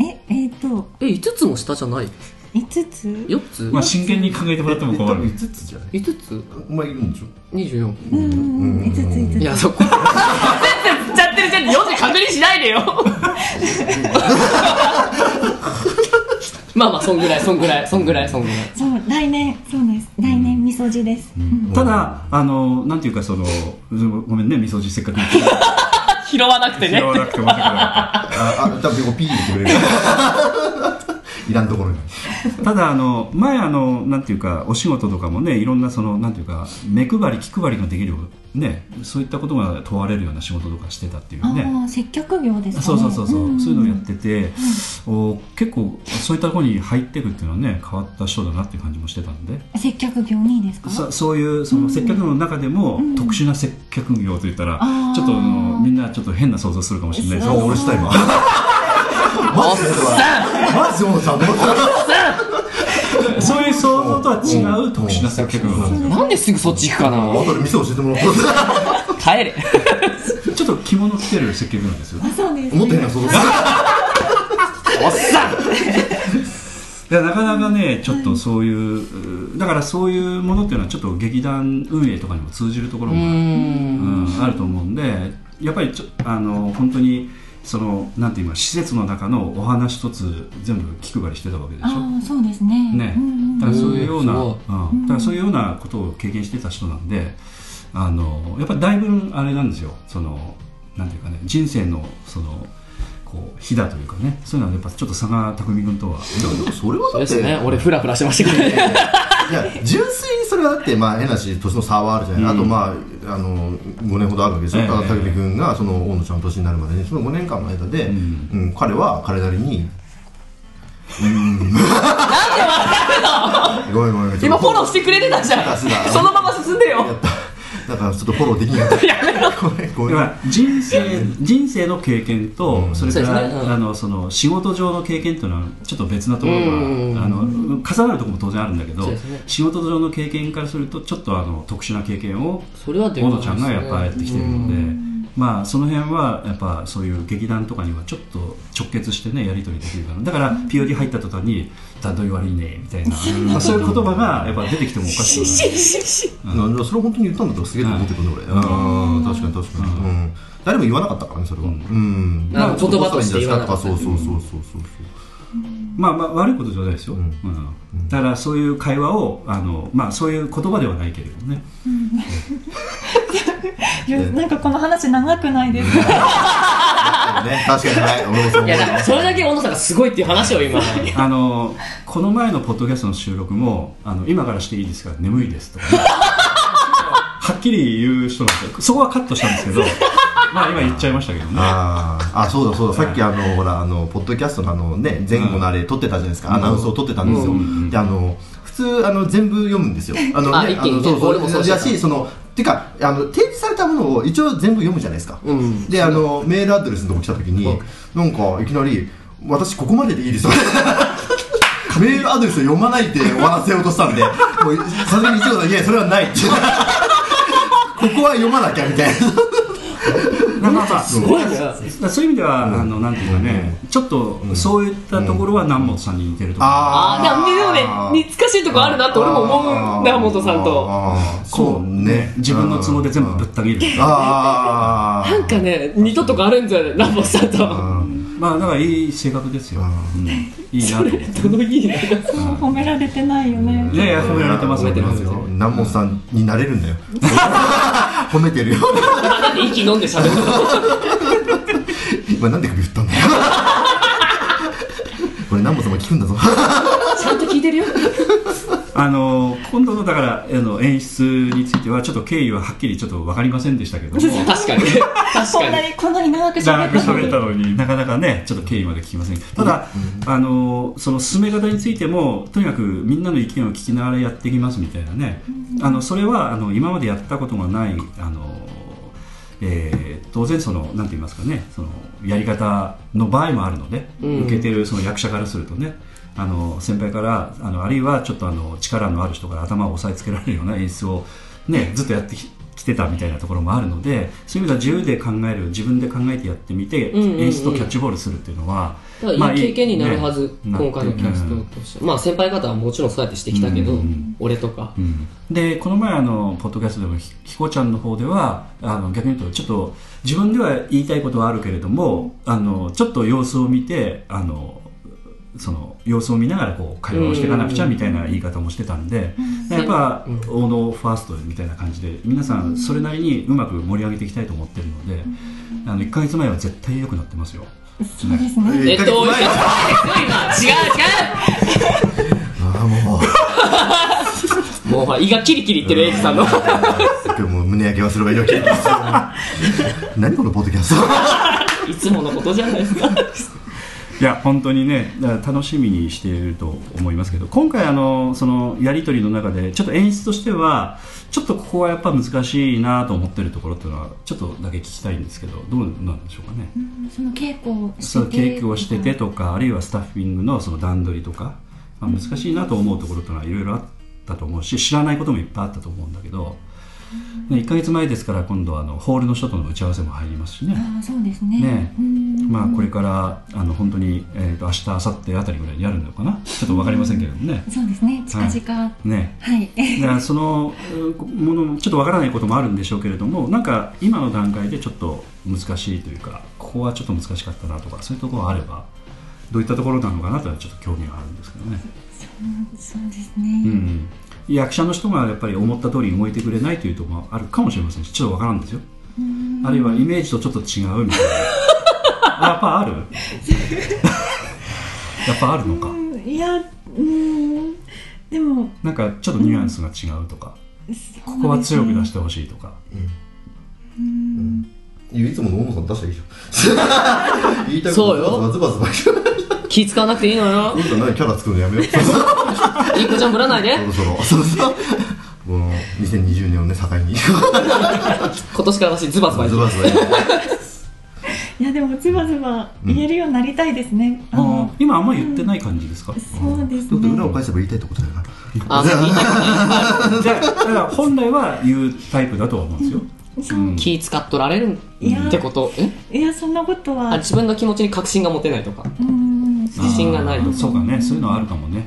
Speaker 5: ええっ、と
Speaker 8: え5つも下じゃない
Speaker 5: 五つ。
Speaker 8: 4つ
Speaker 2: まあ真剣に考えてもらっても
Speaker 3: 多
Speaker 2: 困る
Speaker 3: 分5つじゃない
Speaker 8: 5つ
Speaker 3: お前いるんでしょ
Speaker 8: 24
Speaker 5: うんうん五つ五つ。
Speaker 8: いや (laughs) そこ全然振っちゃってるじゃん4で確認しないでよまあまあそんぐらいそんぐらいそんぐらいそんぐらい
Speaker 5: そう来年そうです来年みそじです。うん
Speaker 2: ただあのなんていうかそのごめんねみそじせっかく言って
Speaker 8: 拾わなくてね
Speaker 2: 拾わなくて申し訳なかった
Speaker 3: ああ多分ここピー入れてくれる (laughs) いらんところに
Speaker 2: ただあの前あのなんていうかお仕事とかもねいろんなそのなんていうか目配り気配りができるねそういったことが問われるような仕事とかしてたっていうね
Speaker 5: ああ接客業ですかね。
Speaker 2: そうそうそうそう、
Speaker 5: ん
Speaker 2: そういうのをやってて、お結構そういったところに入っていくっていうのはね変わった人だなっていう感じもしてたんで
Speaker 5: 接客業にいいですか。
Speaker 2: そそういうその接客業の中でも、特殊な接客業といったら、
Speaker 5: あー
Speaker 2: ちょっとあのみんなちょっと変な想像するかもしれないです
Speaker 3: あ
Speaker 2: けど
Speaker 3: 俺した
Speaker 8: (laughs)
Speaker 3: 今マジでマジでおっさん
Speaker 2: そういう想像とは違う特殊な接客業なんですよ
Speaker 8: なんですぐそっち行くかな
Speaker 3: (laughs) 後で店教えてもらお (laughs) う
Speaker 8: 帰れ
Speaker 2: ちょっと着物着てる接客なんですよ
Speaker 5: あそうです。
Speaker 3: 思ったよりな想像する
Speaker 8: おっさん
Speaker 2: いやなかなかねちょっとそういう、だからそういうものっていうのはちょっと劇団運営とかにも通じるところ
Speaker 8: う
Speaker 2: も、
Speaker 8: ん
Speaker 2: うんあると思うんでやっぱりちょあの本当にそのなんていうか施設の中のお話一つ全部気配りしてたわけでしょ。
Speaker 5: ああそうですね。
Speaker 2: ね
Speaker 5: うんうん
Speaker 2: だからそういうような、
Speaker 8: うん
Speaker 2: う
Speaker 8: す
Speaker 2: んだからそういうようなことを経験してた人なんであのやっぱりだいぶあれなんですよそのなんていうかね人生のそのこう火だというかねそういうのはやっぱちょっと佐賀匠君とは。
Speaker 3: いやでもそれは
Speaker 8: そう
Speaker 3: だ
Speaker 8: で
Speaker 3: って
Speaker 8: すね俺フラフラしてましたけどね
Speaker 3: いや純粋にそれはだってまあ変なし年の差はあるじゃない、あとまああの5年ほどあるわけでしょ、
Speaker 2: ええ
Speaker 3: ただ武部君がその大野ちゃんの年になるまでにその5年間の間で、
Speaker 2: う
Speaker 3: うんん彼は彼なりにごめんごめんごめ
Speaker 8: (laughs)
Speaker 3: ん
Speaker 8: 今フォローしてくれてたじゃん
Speaker 3: そうだそうだ
Speaker 8: そのまま進んで
Speaker 3: や
Speaker 8: よ
Speaker 3: っただからちょっとフォローできなかったやめろごめんごめ
Speaker 2: だ
Speaker 3: ん
Speaker 2: から人生人生の経験と、
Speaker 3: うん
Speaker 2: それから、
Speaker 8: そうですねうん
Speaker 2: あのその仕事上の経験というのはちょっと別なところが、
Speaker 4: うん
Speaker 2: あの重なるところも当然あるんだけど、
Speaker 4: そうですね
Speaker 2: 仕事上の経験からするとちょっとあの特殊な経験を
Speaker 4: それはで
Speaker 2: モ
Speaker 4: かい
Speaker 2: ノち
Speaker 4: ですね
Speaker 2: ゃんがやっぱやってきてるので、まあその辺はやっぱそういう劇団とかにはちょっと直結してねやり取りできるからだから POD 入った途端に「段取り悪いね」みたいな、まあ、そういう言葉がやっぱ出てきてもおかしくない。
Speaker 3: なんだそれ本当に言ったんだったらすげえ出てくるね俺うん確かに確かにうん誰も言わなかったからねそれはうん
Speaker 4: あの言葉として言わなかった
Speaker 3: そうそうそうそうそう
Speaker 2: まあまあ悪いことじゃないですよ、
Speaker 3: う
Speaker 2: うんんだからそういう会話をあの、まあ、そういう言葉ではないけれどもね
Speaker 6: いやなんかこの話長くないですか
Speaker 3: ね確かにはい俺もそう
Speaker 4: い
Speaker 3: 思う
Speaker 4: やだからそれだけ小野さんがすごいっていう話を今
Speaker 2: あのこの前のポッドキャストの収録もあの今からしていいですか眠いですと (laughs) か、ね、はっきり言う人なんですよそこはカットしたんですけ (laughs) どまあ今言っちゃいましたけどね
Speaker 3: あーあそうだそうださっきあのほらあのポッドキャストのあのね前後のあれ撮ってたじゃないですか、アナウンスを撮ってたんですよ、であの普通あの全部読むんですよあの
Speaker 4: あ一気にね
Speaker 3: そう
Speaker 4: 俺もそうしてた
Speaker 3: だしそのてかあの提示されたものを一応全部読むじゃないですか、
Speaker 4: ん
Speaker 3: であのメールアドレスのとこ来た時に、なんかいきなり「私ここまででいいですよ」 (laughs) メールアドレスを読まないで終わらせようとしたんで、もうさすがに一応いや、それはないって、 (laughs) ここは読まなきゃみたいな。
Speaker 2: まあ (laughs) まあまあ
Speaker 3: す
Speaker 4: ごいね
Speaker 2: だそういう意味では、あのなんていうかね、ちょっとそういったところは南本さんに似てると思う、
Speaker 3: あ
Speaker 8: あでもねでもね難しいとこあるなって俺も思うんだ本さんと
Speaker 3: あー
Speaker 2: こうね自分の都合で全部ぶった切る、
Speaker 3: あー
Speaker 8: なんかね似たとこあるんじゃないラボさんと
Speaker 2: まあだからいい性格ですよ、うんいいなと思って
Speaker 8: どのいいね
Speaker 6: 褒められてないよね
Speaker 2: いやいや褒められてます
Speaker 3: 褒めてますよ南本さんになれるんだよ褒めてるよ
Speaker 8: なんで息飲んで喋るの
Speaker 3: 今なんで首振ったんだよこれ南本さんも聞くんだぞ
Speaker 8: ちゃんと聞いて
Speaker 5: (laughs)
Speaker 8: るよ
Speaker 2: あの今度のだからあの演出についてはちょっと経緯ははっきりちょっと分かりませんでしたけども
Speaker 8: 確かに確
Speaker 6: こん
Speaker 8: か
Speaker 6: な
Speaker 8: に
Speaker 6: にこんなに長く喋
Speaker 2: 長
Speaker 6: っ
Speaker 2: く
Speaker 6: たの
Speaker 2: 喋っ
Speaker 6: に
Speaker 2: たのになかなかねちょっと経緯まで聞きませんただ、あのその進め方についてもとにかくみんなの意見を聞きながらやっていきますみたいなね、あのそれはあの今までやったことがないあの、えー当然そのなんて言いますかねそのやり方の場合もあるので、
Speaker 4: ん
Speaker 2: 受けてるその役者からするとねあの先輩からあのあるいはちょっとあの力のある人から頭を押さえつけられるような演出を、ね、ずっとやってききてたみたいなところもあるのでそういう意味では自由で考える自分で考えてやってみて、
Speaker 4: うんうんうん
Speaker 2: 演出とキャッチボールするっていうのは、
Speaker 4: だからいい経験になるはず、
Speaker 2: ね
Speaker 4: 今回のキャス
Speaker 2: な
Speaker 4: ト
Speaker 2: って
Speaker 4: として、まあ先輩方はもちろんそうやってしてきたけど、
Speaker 2: うんうん
Speaker 4: 俺とか、
Speaker 2: うんでこの前あのポッドキャストでもひひこちゃんの方ではあの逆に言うとちょっと自分では言いたいことはあるけれどもあのちょっと様子を見てあのその様子を見ながらこう会話をしていかなくちゃみたいな言い方もしてたんで、やっぱ王道ファーストみたいな感じで皆さんそれなりにうまく盛り上げていきたいと思ってるので、あの1か月前は絶対良くなってますよ。
Speaker 5: そうですね
Speaker 3: え
Speaker 8: えっと
Speaker 3: あ
Speaker 8: 違う
Speaker 3: あもう
Speaker 8: 違う (laughs) もうほら胃がキリキリいってるエイジさんの
Speaker 3: すっごいもう胸焼けをすればいいわけですよ何このポッドキャス
Speaker 8: (laughs)
Speaker 3: ト
Speaker 8: いつものことじゃないですか
Speaker 2: いや本当にねだから楽しみにしていると思いますけど今回あのそのやり取りの中でちょっと演出としてはちょっとここはやっぱ難しいなと思ってるところっていうのはちょっとだけ聞きたいんですけどどうなんでしょうかね、
Speaker 5: その稽古をしてて
Speaker 2: その経験をしててとかあるいはスタッフィングのその段取りとか、まあ、難しいなと思うところっていうのはいろいろあったと思うし知らないこともいっぱいあったと思うんだけど、ね、1か月前ですから今度はあのホールの人との打ち合わせも入りますしね。
Speaker 5: ああそうですね
Speaker 2: ね
Speaker 5: うん
Speaker 2: まあ、これからあの本当に、えー、と明日明後日あたりぐらいにやるのかなちょっと分かりませんけれどもね。
Speaker 5: そうですね近々
Speaker 2: ね
Speaker 5: はい (laughs)
Speaker 2: だからそのうんものもちょっと分からないこともあるんでしょうけれどもなんか今の段階でちょっと難しいというかここはちょっと難しかったなとかそういうところがあればどういったところなのかなとはちょっと興味があるんですけどね、
Speaker 5: そうです
Speaker 2: う
Speaker 5: ね
Speaker 2: ん、役者の人がやっぱり思った通りに動いてくれないというところもあるかもしれませんしちょっと分からんですよあるいはイメージとちょっと違うみ (laughs) たいなやっぱあるやっぱあるのか
Speaker 6: うんいやうんでも
Speaker 2: なんかちょっとニュアンスが違うとか、ここは強く出してほしいとか、
Speaker 3: いやいつもの大野さん出したらいいじゃん言いたいこと
Speaker 4: そうよ
Speaker 3: バツバツバツバツ
Speaker 8: (laughs) 気使わなくていいのよ
Speaker 3: 今度何キャラ作るのやめようそろ
Speaker 8: いい子ちゃんぶらないで
Speaker 3: そろそろそろこの2020年をね境に
Speaker 8: 今年から私ズバズバ
Speaker 3: ズ
Speaker 8: 言
Speaker 3: バ
Speaker 8: って
Speaker 3: ズバ
Speaker 6: いやでもズバズバ言えるようになりたいですね、あ
Speaker 2: あ
Speaker 6: の
Speaker 2: ー今あんま言ってない感じですか、
Speaker 6: そうです
Speaker 3: ってことは裏を
Speaker 6: ね
Speaker 3: 返せば言いたいってことだよな
Speaker 8: (laughs) あさっき言いたいことね
Speaker 2: じゃあだから本来は言うタイプだとは思うんですよ、うん
Speaker 8: 気使っとられるってことえ
Speaker 6: いやそんなこと
Speaker 8: あ
Speaker 6: は
Speaker 8: 自分の気持ちに確信が持てないとか
Speaker 6: うん
Speaker 8: 自信がないと
Speaker 2: あー
Speaker 8: か
Speaker 2: そうかねそういうのはあるかもね、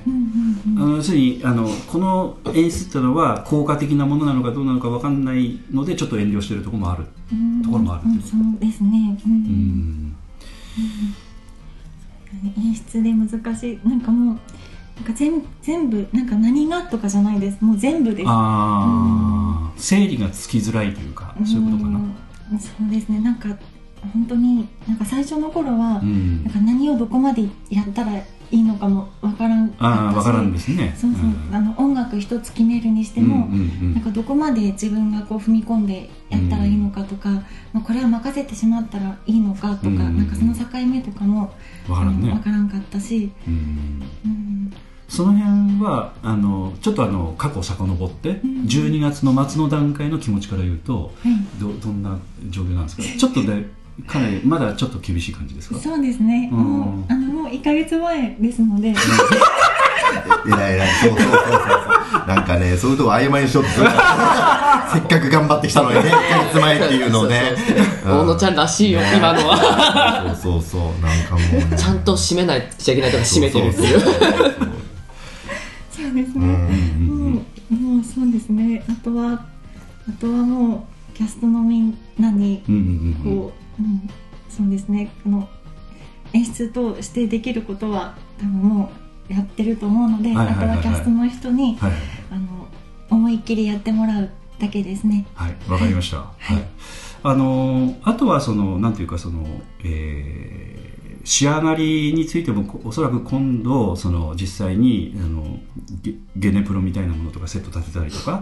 Speaker 2: あの要するにあのこの演出っていうのは効果的なものなのかどうなのかわかんないのでちょっと遠慮してるところもあるところもあるっていう
Speaker 5: そうですね、う、
Speaker 2: うんん
Speaker 5: 演出で難しいなんかもうなんか全全部なんか何がとかじゃないですもう全部です
Speaker 2: ああ、整理がつきづらいというかそういうことかな
Speaker 5: うんそうですねなんか本当になんか最初の頃は、
Speaker 2: うん
Speaker 5: なんか何をどこまでやったらいいのかもわからん
Speaker 2: ああわからんですすね
Speaker 5: そうそう、
Speaker 2: ん
Speaker 5: あの音楽一つ決めるにして
Speaker 2: うんう
Speaker 5: も、なん
Speaker 2: ん
Speaker 5: かどこまで自分がこう踏み込んでやったらいいのかとか、まあ、これは任せてしまったらいいのかとか、
Speaker 2: うん
Speaker 5: なんかその境目とかも
Speaker 2: うんわからん
Speaker 5: あのわ
Speaker 2: ね
Speaker 5: からんかったし、
Speaker 2: うん
Speaker 5: うん
Speaker 2: その辺はあのちょっとあの過去遡って、12月の末の段階の気持ちから言うと、どどんな状況なんですかちょっとでかなりまだちょっと厳しい感じですか
Speaker 6: そうですね、
Speaker 2: うん
Speaker 6: もうあのもう1か月前ですので
Speaker 3: えらいえらいそうそうそうそうなんかねそういうとこ曖昧にしようってするからせっかく頑張ってきたのにね1ヶ月前っていうのをねう
Speaker 8: 大野ちゃんらしいよ今のは (laughs)
Speaker 3: はそうそうそうなんかもうね
Speaker 8: ちゃんと締めないといけないとか締めてるっていう
Speaker 3: そうそうそうそう
Speaker 6: そうです
Speaker 3: う
Speaker 6: ね、
Speaker 3: ん
Speaker 6: もうもうそうですねあとはあとはもうキャストのみんなに
Speaker 2: うんうんうんうん
Speaker 6: こう、うんそうですねこの演出としてできることは多分もうやってると思うので、
Speaker 2: はいはいはいはい
Speaker 6: あとはキャストの人に、
Speaker 2: はい
Speaker 6: あの思いっきりやってもらうだけですね。
Speaker 2: はいわかりましたはい、あのーあとはそのなんていうかそのえー仕上がりについてもこおそらく今度その実際にあのゲゲネプロみたいなものとかセット立てたりとか、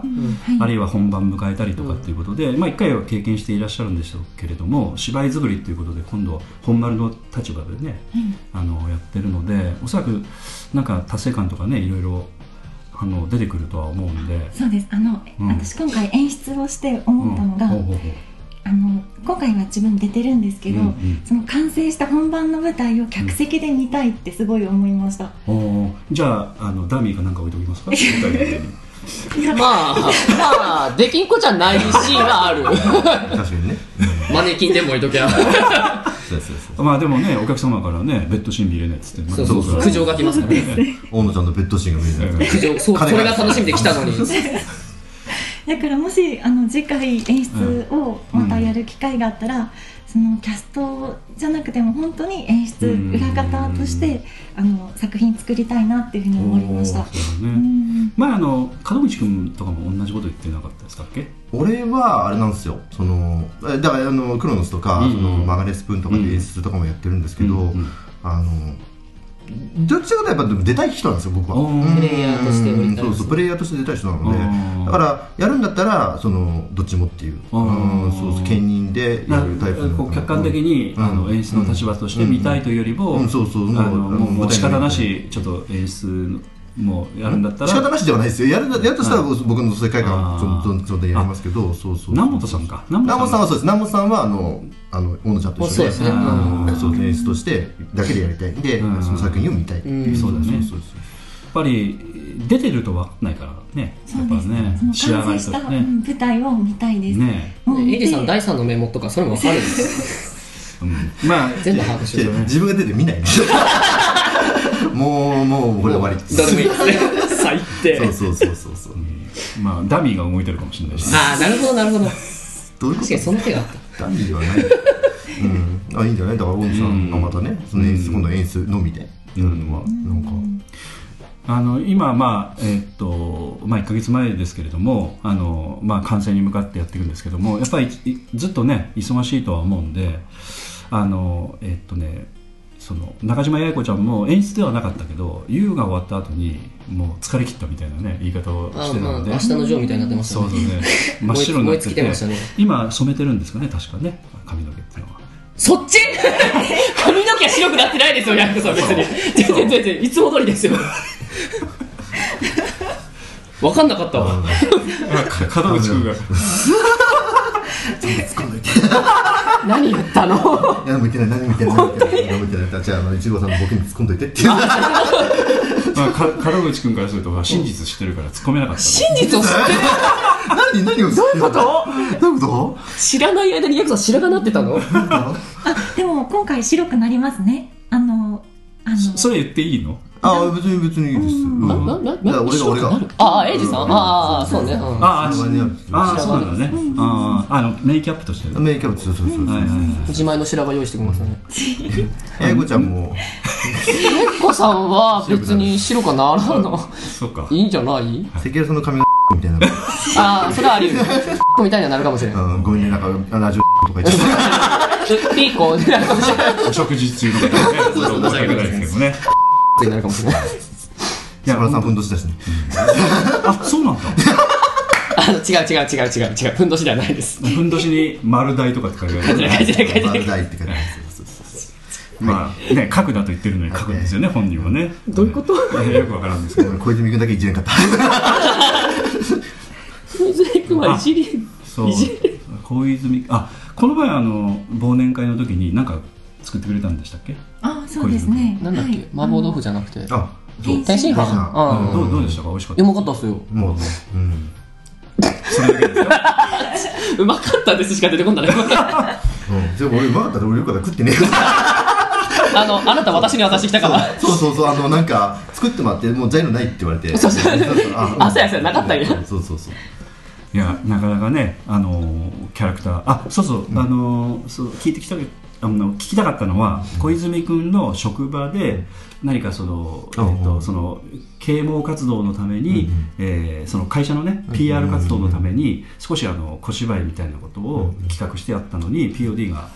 Speaker 2: あるいは本番迎えたりとかっていうことで、まあ一回は経験していらっしゃるんでしょうけれども芝居作りっていうことで今度本丸の立場でね、あのやってるのでおそらくなんか達成感とかねいろいろあの出てくるとは思うんで。
Speaker 5: そうですあの、
Speaker 2: うん
Speaker 5: 私今回演出をして思ったのが、
Speaker 2: うんほうほうほう
Speaker 5: あの今回は自分出てるんですけど、
Speaker 2: うんうん
Speaker 5: その完成した本番の舞台を客席で見たいってすごい思いました、
Speaker 2: おーじゃああのダミーかなんか置いておきますか
Speaker 8: (laughs) まあまあできんこじゃないシーンは (laughs) ある
Speaker 3: 確かにね
Speaker 8: マネキンでも置いときゃ
Speaker 3: そうそうそう
Speaker 2: まあでもねお客様からねベッドシーン見れないっつって
Speaker 8: そうそうそう苦情が来ますからね
Speaker 3: 大野ちゃんのベッドシーンが見えない
Speaker 8: 苦情そうこ
Speaker 3: 金が
Speaker 8: れが楽しみで来たの
Speaker 3: (laughs)
Speaker 8: に
Speaker 6: だからもしあの次回演出をまたやる機会があったら、そのキャストじゃなくても本当に演出
Speaker 2: うん
Speaker 6: 裏方としてあの作品作りたいなっていうふうに思いました。
Speaker 2: そうだね前あの門口君とかも同じこと言ってなかったですかっけ
Speaker 3: 俺はあれなんですよそのえだからあのクロノスとか、
Speaker 2: うん
Speaker 3: そのマガレスプーンとかで演出とかもやってるんですけど、
Speaker 2: うんうん
Speaker 3: あのどっちかというとやっぱでも出たい人なんですよ僕は
Speaker 2: おー
Speaker 3: うん
Speaker 8: プレイヤーとして出たい人
Speaker 3: そうそうプレイヤーとして出たい人な
Speaker 2: あー
Speaker 3: のでだからやるんだったらそのどっちもっていう
Speaker 2: あー
Speaker 3: うんそうそう兼任でやるタイプの
Speaker 2: こう客観的に、
Speaker 3: うん
Speaker 2: あの演出の立場として見たいというよりも、
Speaker 3: うんうんそうそうもう
Speaker 2: あのもう
Speaker 3: も
Speaker 2: も
Speaker 3: う
Speaker 2: う仕方なしちょっと演出もやるんだった
Speaker 3: 仕方
Speaker 2: ら
Speaker 3: なしではないですよやるやるとしたら
Speaker 2: は
Speaker 3: 僕の世界観
Speaker 2: あ
Speaker 3: を
Speaker 2: ー
Speaker 3: ちょっとちょっとやりますけどそうそう
Speaker 2: 南本さんか南
Speaker 3: 南本さん
Speaker 2: は
Speaker 3: はそうです南本さんはあのあの大野ちゃんと一緒
Speaker 8: そう
Speaker 3: で
Speaker 8: ですね
Speaker 3: あのそう演出としてだけでやりたいんで
Speaker 2: うん
Speaker 3: その作品を見たいっていう
Speaker 8: うん
Speaker 2: そうだね
Speaker 3: そう
Speaker 2: やっぱり出てると分かんないからね
Speaker 5: そ
Speaker 2: や
Speaker 5: う
Speaker 2: っぱ
Speaker 5: です
Speaker 2: ね
Speaker 5: その
Speaker 2: 仕上が
Speaker 5: 完成
Speaker 2: り
Speaker 5: し
Speaker 2: と
Speaker 5: た、
Speaker 2: か
Speaker 5: う
Speaker 2: ね
Speaker 5: ん舞台を見たいです、
Speaker 2: ね
Speaker 5: もう
Speaker 8: エリさん
Speaker 5: で
Speaker 8: 第三のメモとかそれもわかるん
Speaker 3: (laughs)
Speaker 8: です
Speaker 2: うんまあ
Speaker 8: 全部把握して
Speaker 3: で
Speaker 8: る
Speaker 3: 自分が出て見ないんですよもうもうこれで終わり
Speaker 8: どうでもいいですね最低
Speaker 3: そうそうそうそうそう
Speaker 2: まあダミーが動いてるかもしれないし
Speaker 8: ああなるほどなるほど
Speaker 3: どういうこ
Speaker 8: 確かにその手があった
Speaker 3: とダミーではないうんあいいんじゃないだから大野さんがまたねその演出今度は演出のみでやるのはなんか
Speaker 2: あの今、まあえーっとまあ、1か月前ですけれどもあの、まあ、完成に向かってやっていくんですけどもやっぱりいずっとね忙しいとは思うんであの、えーっとね、その中島八重子ちゃんも演出ではなかったけど優が終わった後にもう疲れ切ったみたいな、ね、言い方を
Speaker 8: あ
Speaker 2: し
Speaker 8: あ
Speaker 2: てた
Speaker 8: まあ
Speaker 2: ので。
Speaker 8: 明日のジョーみたいになってました
Speaker 2: そ
Speaker 8: ね
Speaker 2: うそうね、真っ白になっ
Speaker 8: 燃え尽
Speaker 2: て
Speaker 8: きて
Speaker 2: て
Speaker 8: ましたね
Speaker 2: 今染めてるんですかね確かね髪の毛っていうのは
Speaker 4: そっち (laughs) 髪の毛は白くなってないですよ、ヤンクさん、別に。全然全然、いつも通りですよ。わかんなかったわ。
Speaker 2: 片口君が
Speaker 4: 何言ったの
Speaker 3: 何も言ってない何も言ってない何も言ってない何も言ってないじゃああのいちごさんのボケに突っ込んどいてっていう
Speaker 2: ま (laughs) あか片口君からするとまあ真実知ってるから突っ込めなかった
Speaker 4: 真実を知ってる
Speaker 3: 何何をどういうことどういうこ
Speaker 4: 知らない間にヤクさん白髪なってたの
Speaker 5: でも今回白くなりますねあのあの
Speaker 2: そそれ言っていいの
Speaker 3: とあ別に別にいいです
Speaker 4: な
Speaker 3: うん
Speaker 4: なな
Speaker 3: だから俺が俺が
Speaker 4: ああ、エイジさん
Speaker 3: うん
Speaker 4: ああ、そうね。うん
Speaker 2: ああ
Speaker 3: 白髪になる
Speaker 2: ああそうなんだねあああのメイキャップとしてね
Speaker 3: メイキャップそうそうそう
Speaker 2: はいはいはい
Speaker 4: 自前の白髪用意してくださいね。
Speaker 3: 英語ちゃんも
Speaker 4: エコさんは別に白かならんの。
Speaker 2: そっか
Speaker 4: いいんじゃない
Speaker 3: 関根さんの髪の (laughs) みたいな
Speaker 4: ああ、それはあり得る。みたいにはなるかもしれない。
Speaker 3: うんごめんねなんかラジオとか言って
Speaker 4: ピーコになるかもしれない。
Speaker 2: お食事中の
Speaker 4: (laughs)
Speaker 2: 方はねちょっと申し訳ないですけどね
Speaker 4: になるかもしれない。 (laughs)
Speaker 2: いや
Speaker 3: 原さんふんどしだしね
Speaker 2: あそうなんだ
Speaker 4: あの、違う違う違う違う (laughs) 違う。ふんどしではないです。
Speaker 2: ふんどしに丸大とかって書いてある
Speaker 4: (laughs) 書いてない書いてない。
Speaker 3: 漫才って書いてあるそうそうそう
Speaker 2: まあね書くだと言ってるのに書くんですよね本人はね
Speaker 4: どういうこと
Speaker 2: いやよくわからんですけど
Speaker 3: 俺小泉君だけいじれんかった
Speaker 4: 水井君はいじり。
Speaker 2: そう小泉あこの前あの忘年会の時に何か作ってくれたんでしたっけ
Speaker 5: あそうですね
Speaker 4: なんだっけ
Speaker 5: はい
Speaker 4: 麻婆豆腐じゃなくて。
Speaker 3: あ
Speaker 5: 天
Speaker 4: 天
Speaker 5: 津
Speaker 4: 津飯
Speaker 5: 飯
Speaker 4: うん
Speaker 2: どうどうでしたか美味しかっ
Speaker 4: う
Speaker 2: た
Speaker 4: まかったっすよ。
Speaker 3: (laughs) もううん
Speaker 4: うまかったですしか出てこんだ (laughs) ね。
Speaker 3: うんでも俺うまかったら俺よかったら食ってねえ
Speaker 4: (laughs)
Speaker 3: から
Speaker 4: あの、あなた私に渡してきたから。
Speaker 3: そうそうそうあのなんか作ってもらってもう材料ないって言われて
Speaker 4: そうそう
Speaker 3: あ
Speaker 4: あそうやそうやなかったんや
Speaker 3: そうそうそう
Speaker 2: いやなかなかねあのキャラクターあそうそう、あのそう聞いてきたけあの聞きたかったのは小泉君の職場で何かその,、
Speaker 3: うん
Speaker 2: えっとその啓蒙活動のために、
Speaker 3: うんうん
Speaker 2: えーその会社のね PR 活動のために少しあの小芝居みたいなことを企画してやったのに POD が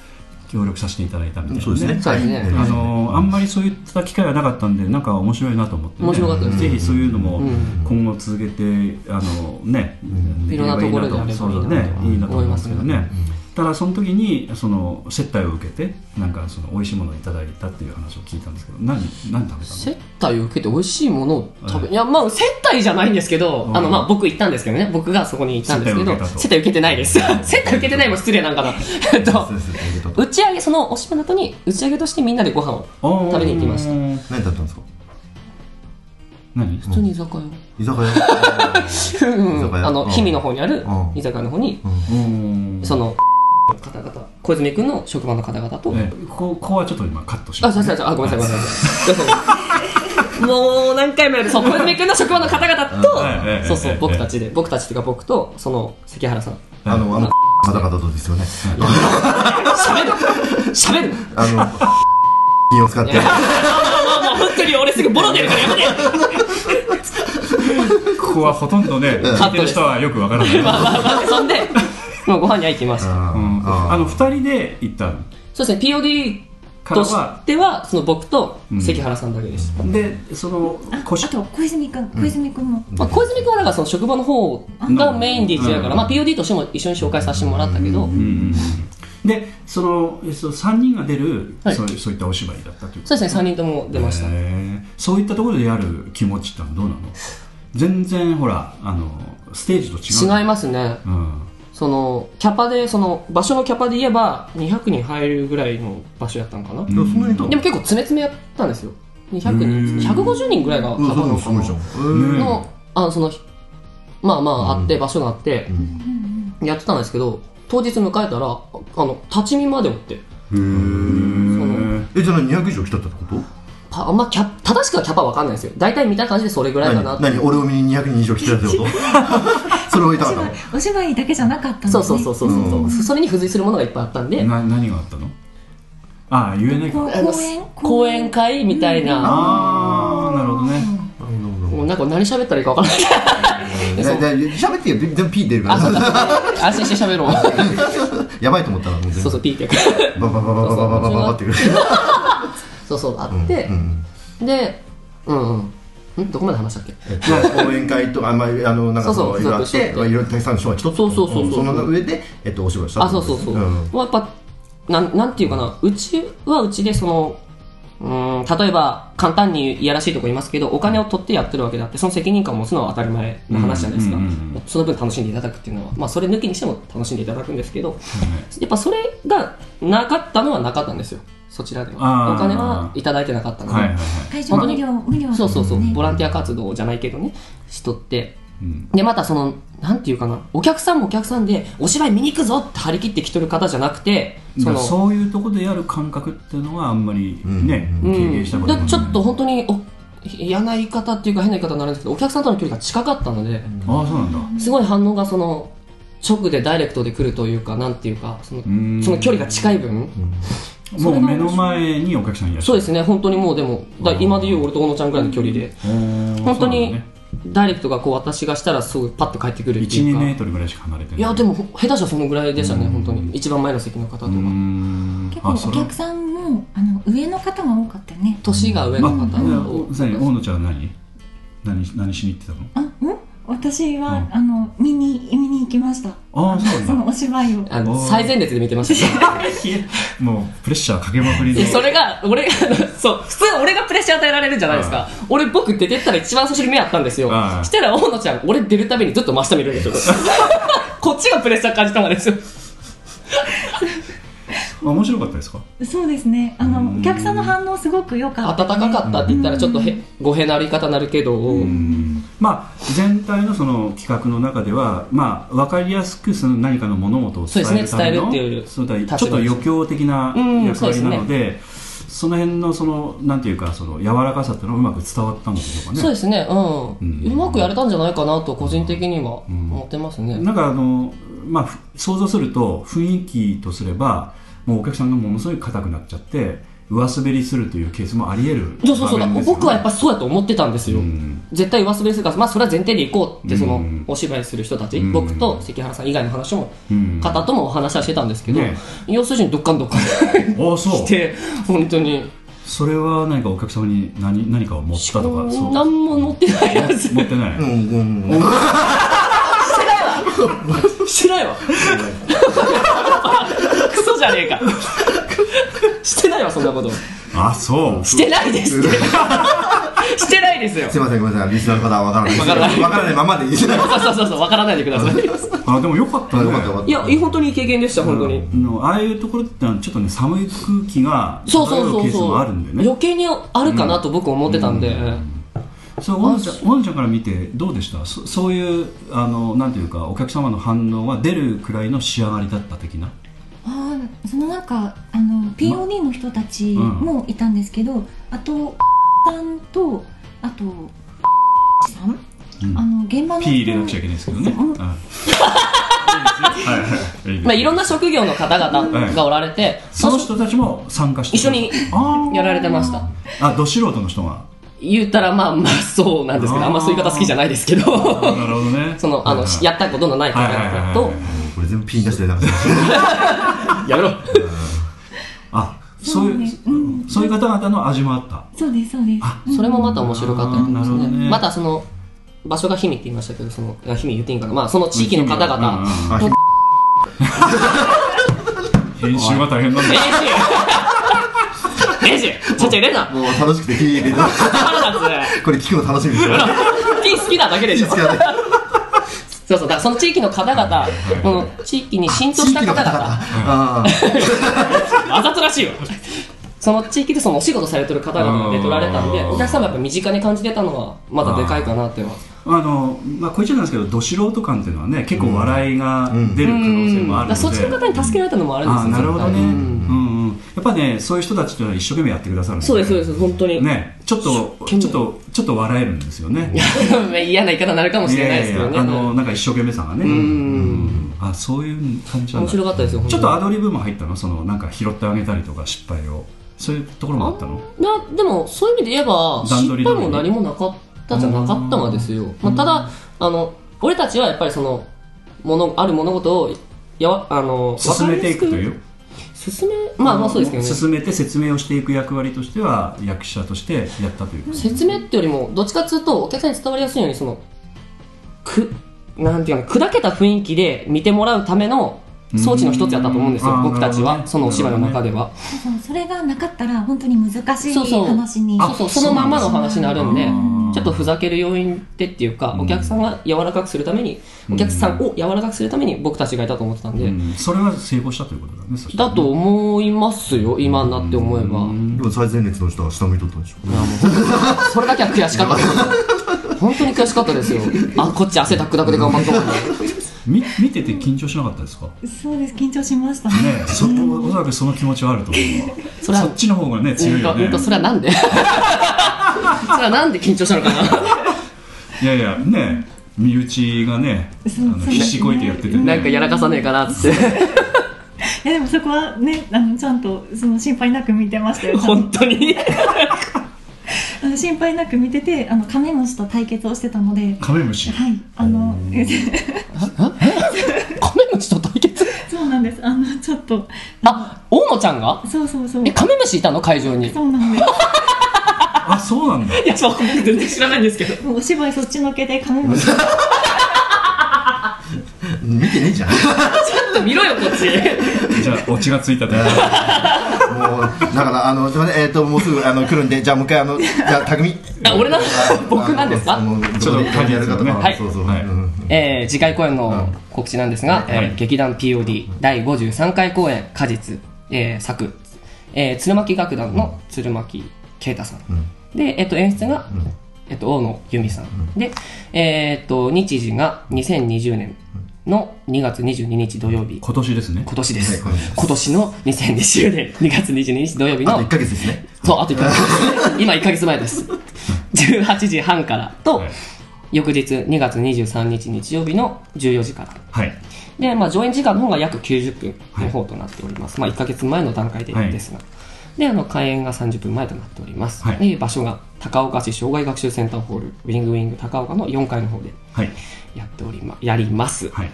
Speaker 2: 協力させていただいたみたいな、
Speaker 3: そうですね
Speaker 4: そうですね
Speaker 2: あのあんまりそういった機会がなかったんでなんか面白いなと思って、ね、
Speaker 4: 面白かったです
Speaker 2: ぜひそういうのも
Speaker 4: うん
Speaker 2: 今後続けて、あのね、できればい
Speaker 4: いろんなところでやればいいなと
Speaker 2: そうだねいいなと思いますけどね
Speaker 4: 思い
Speaker 2: ただその時にその接待を受けてなんかその美味しいものをいただいたっていう話を聞いたんですけど何何食べたの
Speaker 4: 接待を受けて美味しいものを食べ、
Speaker 2: はい
Speaker 4: い、やまあ接待じゃないんですけど、
Speaker 2: うん
Speaker 4: あのまあ僕行ったんですけどね僕がそこに行ったんですけど
Speaker 2: 接待を受けたと
Speaker 4: 接待受けてないです (laughs) 接待受けてないも失礼なんかなえっと
Speaker 3: そうそうそうありがとう
Speaker 4: 打ち上げそのお芝居の後に打ち上げとしてみんなでご飯を食べに行きました
Speaker 2: た
Speaker 3: 何だったんですか
Speaker 2: 何
Speaker 4: 普通に居酒屋
Speaker 3: 居
Speaker 4: (laughs)
Speaker 3: 酒屋
Speaker 4: うん
Speaker 3: 居酒屋
Speaker 4: あの
Speaker 3: うん
Speaker 4: 氷見の方にある
Speaker 3: うん
Speaker 4: 居酒屋の方に
Speaker 2: うん
Speaker 4: その方々小泉君の職場の方々と、
Speaker 2: えこここはちょっと今カットしま
Speaker 4: あ、
Speaker 2: す
Speaker 4: そうそうそう、あ、ごめんなさい、ごめんなさ
Speaker 2: (laughs)
Speaker 4: い。そうそうもう何回もやる、そう、小泉君の職場の方々
Speaker 2: うんええええ
Speaker 4: と、そうそ
Speaker 2: ええ
Speaker 4: う、僕たちで、僕たちっていうか、僕と、その関原さん。
Speaker 3: あのあの方々とですよね
Speaker 4: 喋る喋る
Speaker 3: あの金を使って
Speaker 4: あ、もう本当に俺すぐボロ出るからやめて
Speaker 2: ここはほとんどね聞いてる人はよくわからない、
Speaker 4: まあまあまあ、そんで、まあご飯には行きました。
Speaker 3: あ
Speaker 2: うんあの
Speaker 3: の
Speaker 2: 二人で行ったの
Speaker 4: そうですね、POD
Speaker 2: から
Speaker 4: とし
Speaker 2: は
Speaker 4: ては、その僕と関原さんだけでした。
Speaker 2: でその腰
Speaker 5: あと小泉君小泉君も
Speaker 4: まあ、小泉君はだからその職場の方がメインで一緒だか
Speaker 2: う
Speaker 4: ら、
Speaker 2: ん
Speaker 4: まあ、POD としても一緒に紹介させてもらったけど、
Speaker 2: でそのえそう3人が出る、
Speaker 4: はい
Speaker 2: そうそういったお芝居だったということ
Speaker 4: そうですね、3人とも出ました
Speaker 2: へ。ーそういったところでやる気持ちってのはどうなの全然ほらあのステージと違う
Speaker 4: 違いますね。
Speaker 2: うん
Speaker 4: そのキャパでその場所のキャパで言えば200人入るぐらいの場所やったのか
Speaker 3: い
Speaker 4: な、
Speaker 3: やそんなにいたの
Speaker 4: でも結構詰め詰めやったんですよ200人
Speaker 2: うん
Speaker 4: 150人ぐらいが
Speaker 3: うんそう
Speaker 4: の
Speaker 3: すごいじゃん
Speaker 2: ん
Speaker 4: のあのそのまあまああって場所があって
Speaker 3: うん
Speaker 4: やってたんですけど当日迎えたらあの立ち見までおって
Speaker 2: へ
Speaker 3: えじゃあ何200以上来たってこと
Speaker 4: パあんまキャ正しくはキャパわかんないですよ大体見た感じでそれぐらいかな
Speaker 3: 何
Speaker 4: っ
Speaker 3: 何
Speaker 4: て
Speaker 3: 俺を見に200人以上来てたってことそれを言いたかったの
Speaker 5: お芝居だけじゃなかったんです
Speaker 4: そ
Speaker 5: ね
Speaker 4: うそうそうそうそうそう、それに付随するものがいっぱいあったん
Speaker 2: え
Speaker 4: で
Speaker 2: な何があったのああ言えないか
Speaker 5: こう
Speaker 4: あの
Speaker 5: 公演
Speaker 4: 講演会みたいな、
Speaker 2: ああなるほどね
Speaker 4: もうなんか何喋ったらいいかわからない
Speaker 3: だだ喋ってよででも P 出るか
Speaker 4: あそう
Speaker 3: ら
Speaker 4: だ安心して喋ろう
Speaker 3: やばいと思ったらもう全然
Speaker 4: (laughs) そうそう、ピーってやる
Speaker 3: ババババババババババってくる
Speaker 4: そうそう、あって
Speaker 3: う、ん
Speaker 4: で、うんうん。んどこまで話したっけ
Speaker 3: えっと講演会とか、あんまり、あの、なんか
Speaker 4: そう
Speaker 3: その、
Speaker 4: そう
Speaker 3: いろいろあって、
Speaker 4: そうそう
Speaker 3: いろいろたくさんの人が一つ。
Speaker 4: そうそうそうそうん
Speaker 3: その上で、えっと、お芝居した。
Speaker 4: あ、そうそうそう。
Speaker 3: ん
Speaker 4: もうやっぱ、なんなんていうかな、うちはうちでその、うーん、例えば簡単にいやらしいとこ言いますけど、お金を取ってやってるわけであって、その責任感を持つのは当たり前の話じゃないですか
Speaker 2: うんうんうんう。
Speaker 4: その分楽しんでいただくっていうのは、まあそれ抜きにしても楽しんでいただくんですけど、やっぱそれがなかったのはなかったんですよ。そちらで
Speaker 2: あ
Speaker 4: は。
Speaker 2: ー
Speaker 4: お金はいただいてなかったので。
Speaker 2: はいはいはい
Speaker 5: 会場無料、無料
Speaker 4: そうそうそう、
Speaker 5: ね
Speaker 4: ボランティア活動じゃないけどね、人って。
Speaker 2: うん
Speaker 4: で、またその、なんていうかな、お客さんもお客さんで、お芝居見に行くぞって張り切って来てる方じゃなくて、
Speaker 2: だ
Speaker 4: そ
Speaker 2: から
Speaker 4: の、
Speaker 2: そういうとこでやる感覚っていうのはあんまりね、
Speaker 4: うん
Speaker 2: 経験したこと
Speaker 4: だ
Speaker 2: ない
Speaker 4: ちょっと本当にお嫌な言い方っていうか変な言い方になるんですけどお客さんとの距離が近かったので、
Speaker 2: ああそうなんだ
Speaker 4: すごい反応がその直でダイレクトで来るというかなんていうかその
Speaker 2: ん
Speaker 4: その距離が近い分
Speaker 2: もう目の前にお客さんいらっしゃ
Speaker 4: そう
Speaker 2: る
Speaker 4: ですね本当にもうでもだ今で言う俺と小野ちゃんぐらいの距離で
Speaker 2: 本
Speaker 4: 本当にダイレクトがこう私がしたらすぐパッと帰ってくるって
Speaker 2: 12
Speaker 4: いうか
Speaker 2: メートルぐらいしか離れてない
Speaker 4: いやでも下手したらそのぐらいでしたね本当に一番前の席の方と
Speaker 2: う
Speaker 4: か
Speaker 2: ん
Speaker 5: 結
Speaker 2: あ
Speaker 5: 構
Speaker 2: そ
Speaker 5: お
Speaker 2: れ
Speaker 5: 客さんもあの上の方が多かったよね
Speaker 4: 年が上の
Speaker 2: あ
Speaker 4: 方
Speaker 2: さに大野ちゃんは何何何しに行ってたの
Speaker 6: あうん私は、
Speaker 2: うん
Speaker 6: あの見に見に行きました
Speaker 2: ああそう
Speaker 6: そ
Speaker 2: なん
Speaker 6: の
Speaker 2: だ
Speaker 6: お芝居を
Speaker 4: あの最前列で見てましたね
Speaker 2: もうプレッシャーかけまくり
Speaker 4: で
Speaker 2: で
Speaker 4: それが俺そう普通俺がプレッシャー与えられるじゃないですか俺僕出てったら一番最初に目あったんですよ
Speaker 2: ああ
Speaker 4: したら大野ちゃん俺出るたびにずっと真下見るんですよ (laughs) こっちがプレッシャー感じたんですよ
Speaker 2: あ面白かったですか
Speaker 6: そうですねあのお客さんの反応すごく良か
Speaker 4: 暖
Speaker 6: った
Speaker 4: かかったって言ったらちょっとへ語弊のある言い方になるけど
Speaker 2: まあ全体のその企画の中ではまあわかりやすくその何かの物事を伝えるため
Speaker 4: そ
Speaker 2: の
Speaker 4: うですね伝えるっていう
Speaker 2: そうだちょ
Speaker 4: 立場
Speaker 2: っと余興的な
Speaker 4: うん
Speaker 2: 役割な
Speaker 4: そ
Speaker 2: の
Speaker 4: う
Speaker 2: でその辺のそのなんていうかその柔らかさっていうのがうまく伝わったんでしょうかね
Speaker 4: そうですねう
Speaker 2: うん
Speaker 4: んうまくやれたんじゃないかなと個人的には思ってますね
Speaker 2: なんかあの、まあ、ふ想像すると雰囲気とすればもうお客さんがものすごい硬くなっちゃって上滑りするというケースもあり得る
Speaker 4: そうそうそうだ
Speaker 2: 場面ですよね
Speaker 4: 僕はやっぱそうやと思ってたんですよ
Speaker 2: うん
Speaker 4: 絶対上滑りするからまあそれは前提で行こうってそ
Speaker 2: う
Speaker 4: の
Speaker 2: ん
Speaker 4: お芝居する人たち
Speaker 2: うん
Speaker 4: 僕と関原さん以外の話も
Speaker 2: うん
Speaker 4: 方ともお話はしてたんですけど、
Speaker 2: ね
Speaker 4: 要するにどっかんどっか
Speaker 2: (laughs)
Speaker 4: ん
Speaker 2: ああそ
Speaker 4: 来
Speaker 2: う
Speaker 4: て本当に
Speaker 2: それは何かお客様に何何かを持ったとかそう
Speaker 4: 何も乗ってないや
Speaker 2: (laughs)
Speaker 4: つ
Speaker 2: 持ってない、
Speaker 3: うんうんうん
Speaker 4: してないわ (laughs) クソじゃねえかしてないわそんなこと
Speaker 2: あそう
Speaker 4: してないですって (laughs) してないですよ
Speaker 2: (laughs)
Speaker 3: すいませんごめんなさいリスナーの方はわからない
Speaker 4: わからない
Speaker 3: わからないままでいいです
Speaker 4: そうそうそうそう分からないでください
Speaker 2: あでもよかったね
Speaker 3: よかったよかった
Speaker 4: いや本当にいい経験でした本当に、
Speaker 2: のああいうところってのはちょっとね寒い空気が
Speaker 4: そうそうそう
Speaker 2: 漂ケース
Speaker 4: そう
Speaker 2: もあるんでね
Speaker 4: 余計にあるかなと僕思ってたんで、
Speaker 2: そうワンちゃんワンちゃんから見てどうでしたそそういうあのなんていうかお客様の反応は出るくらいの仕上がりだった的な
Speaker 5: ああそのなんかあの POD の人たちもいたんですけど、あとさんとあとさん、
Speaker 2: ん
Speaker 5: あの現場の人
Speaker 2: ピー入れなくちゃいけないですけどね。うんはいはい
Speaker 4: まあ、いろん
Speaker 2: な
Speaker 4: な職業の方々がおられて、
Speaker 2: その人たちも参加して
Speaker 4: 一緒に
Speaker 2: あー
Speaker 4: やられてました
Speaker 2: あど素人の人が
Speaker 4: 言ったらまあまあそうなんですけど
Speaker 2: あー
Speaker 4: あんまそういう言い方好きじゃないですけど
Speaker 2: あーなるほどね
Speaker 4: (laughs) そのあのやったことのない
Speaker 2: はいはいはいは
Speaker 4: 方
Speaker 2: い
Speaker 4: と
Speaker 3: これ全部ピン出してなんか
Speaker 4: やめろ
Speaker 2: あそうい
Speaker 6: そ
Speaker 2: う
Speaker 6: うねうん
Speaker 2: そういう方々の味もあった
Speaker 6: そうですそうです
Speaker 2: あ
Speaker 4: それもまた面白かったです
Speaker 2: あーなる
Speaker 4: ね
Speaker 2: ほどね
Speaker 4: またその場所が氷見って言いましたけどそのあ氷見言っていいんかなまあその地域の方
Speaker 2: うん
Speaker 4: 々
Speaker 2: うん編集が大変なんだ
Speaker 4: 練習練習ちゃちゃ入れ
Speaker 2: (laughs)
Speaker 4: んな
Speaker 3: もう楽しくてピー入れな
Speaker 4: 腹立
Speaker 3: これ聞くの楽しみですよ
Speaker 4: つピー好きなだけでしょ
Speaker 3: 好きだね
Speaker 4: そうそうだからその地域の方々この地域に浸透
Speaker 3: 地
Speaker 4: した
Speaker 3: 域の
Speaker 4: 方
Speaker 3: 方々
Speaker 4: 々
Speaker 3: あー
Speaker 4: わざとらしいよその地域でそのお仕事されてる方々が出ておられたんで
Speaker 2: あー
Speaker 4: お客様やっぱ身近に感じてたのはまだでかいかなっては
Speaker 2: あのまあこう言っちゃなんですけどど素人感っていうのはね結構笑いが出る可能性もあるので
Speaker 4: だからそっちの方に助けられたのもあるんです
Speaker 2: あ
Speaker 4: よ
Speaker 2: ーなるほどね、
Speaker 4: う
Speaker 2: うん
Speaker 4: ん
Speaker 2: うんやっぱねそういう人たちというのは一生懸命やってくださるん
Speaker 4: そうですそうです本当に、 (laughs)
Speaker 2: ねちょっと
Speaker 4: 一生懸
Speaker 2: ちょ
Speaker 4: 命
Speaker 2: っとちょっと笑えるんですよね
Speaker 4: 嫌な言い方になるかもしれないですけど
Speaker 2: や
Speaker 4: ね
Speaker 2: やあのなんか一生懸命さがね
Speaker 4: ん
Speaker 2: うんあそういう感じなん
Speaker 4: 面
Speaker 2: だ
Speaker 4: 白かったですよ
Speaker 2: ちょっとア
Speaker 4: あ
Speaker 2: ドリブも入ったのそのなんか拾ってあげたりとか失敗をそういうところもあったの
Speaker 4: なでもそういう意味で言えば
Speaker 2: 段
Speaker 4: 失
Speaker 2: 取
Speaker 4: 敗
Speaker 2: り通り
Speaker 4: も何もなかったじゃなかったがですよ、まあ、ただあの俺たちはやっぱりそのものある物事をやわあの
Speaker 2: 進めていくという
Speaker 4: 進めまあまあそうですけどね
Speaker 2: 進めて説明をしていく役割としては役者としてやったというか
Speaker 4: 説明ってよりもどっちかっていうとお客さんに伝わりやすいようにそのくなんていうかな砕けた雰囲気で見てもらうための装置の一つやったと思うんですよ、
Speaker 2: うん
Speaker 4: 僕たち
Speaker 2: あーなるほどね
Speaker 4: は、そのお芝居の中では。
Speaker 5: そうそれがなかったら本当に難しい
Speaker 4: そうそう
Speaker 5: 話に
Speaker 4: そうそう、そのまんまの話になるんで
Speaker 2: そうなんだ、
Speaker 4: ちょっとふざける要因ってっていうか、お客さんが柔らかくするために、お客さんを柔らかくするために僕たちがいたと思ってたんで、
Speaker 2: うんそれは成功したということだねそしたら
Speaker 4: だ
Speaker 2: ね
Speaker 4: と思いますよ、今になって思えば。
Speaker 3: でも最前列の人は下向いとったんでしょ
Speaker 4: いやもう本当に (laughs) それだけは悔しかったです。本当に悔しかったですよ。あ、こっち汗ダックダクで頑張ったもんね。
Speaker 2: み見てて緊張しなかったですかね
Speaker 6: そうです緊張しました
Speaker 2: えそおそらくその気持ちはあると思うわ
Speaker 4: それは
Speaker 2: そっちの方がね強いよ
Speaker 4: うん
Speaker 2: ね
Speaker 4: とそれはなんで (laughs) それはなんで緊張したのか
Speaker 2: いやいやねえ身内がねあ
Speaker 6: そう
Speaker 2: の
Speaker 6: そう
Speaker 2: 必死こいてやっててね
Speaker 4: ななんかやらかさねえかなっ
Speaker 2: (laughs)
Speaker 4: つって
Speaker 6: いやでもそこはねあのちゃんとその心配なく見てましたよちゃん
Speaker 4: (laughs) 本
Speaker 6: と
Speaker 2: (laughs)
Speaker 4: 当に
Speaker 6: あの心配なく見ててあのカメムシと対決をしてたので
Speaker 2: カメムシ
Speaker 6: はいあの
Speaker 4: カメムシと対決
Speaker 6: (laughs) そうなんですあのちょっと
Speaker 4: あ大野ちゃんが
Speaker 6: そうそうそう
Speaker 4: えカメムシいたの会場にい
Speaker 6: そうなんで
Speaker 2: あそうなんだ
Speaker 4: やそう僕全然知らないんですけど
Speaker 6: すお芝居そっちのけでカメムシ
Speaker 3: 見てねえじゃん
Speaker 4: 見ろよこっち
Speaker 2: じゃあオチがついたで
Speaker 3: もうだからあのすいませんえっ、ともうすぐあの来るんでじゃあもう一回あのじゃあ匠
Speaker 4: あ俺なん僕なんですか
Speaker 3: あの
Speaker 2: ちょっと
Speaker 3: どこでやるかとか、
Speaker 4: はい
Speaker 3: そうそう、
Speaker 2: はい
Speaker 3: うん
Speaker 4: えー次回公演の告知なんですが、えー劇団 POD 第53回公演果実、えー作、えー鶴巻楽団の鶴巻啓太さん、で、えっと演出が、えっと大野由美さん、で、えーっと日時が2020年の2月22日土曜日
Speaker 2: 今年ですね
Speaker 4: 今年です、
Speaker 3: はい今年です
Speaker 4: 今年の2020年2月22日土曜日
Speaker 3: あと
Speaker 4: の
Speaker 3: 1ヶ月ですね
Speaker 4: そうあと1ヶ月今1ヶ月前です18時半からと、
Speaker 2: はい
Speaker 4: 翌日2月23日日曜日の14時から
Speaker 2: はい
Speaker 4: で、まあ、上演時間の方が約90分の方となっております、まあ、1ヶ月前の段階で
Speaker 2: はい
Speaker 4: ですが、であの開演が30分前となっております、
Speaker 2: はい
Speaker 4: で場所が高岡市障害学習センターホールウィングウィング高岡の4階の方で
Speaker 2: はい
Speaker 4: やっておりまやります
Speaker 2: はい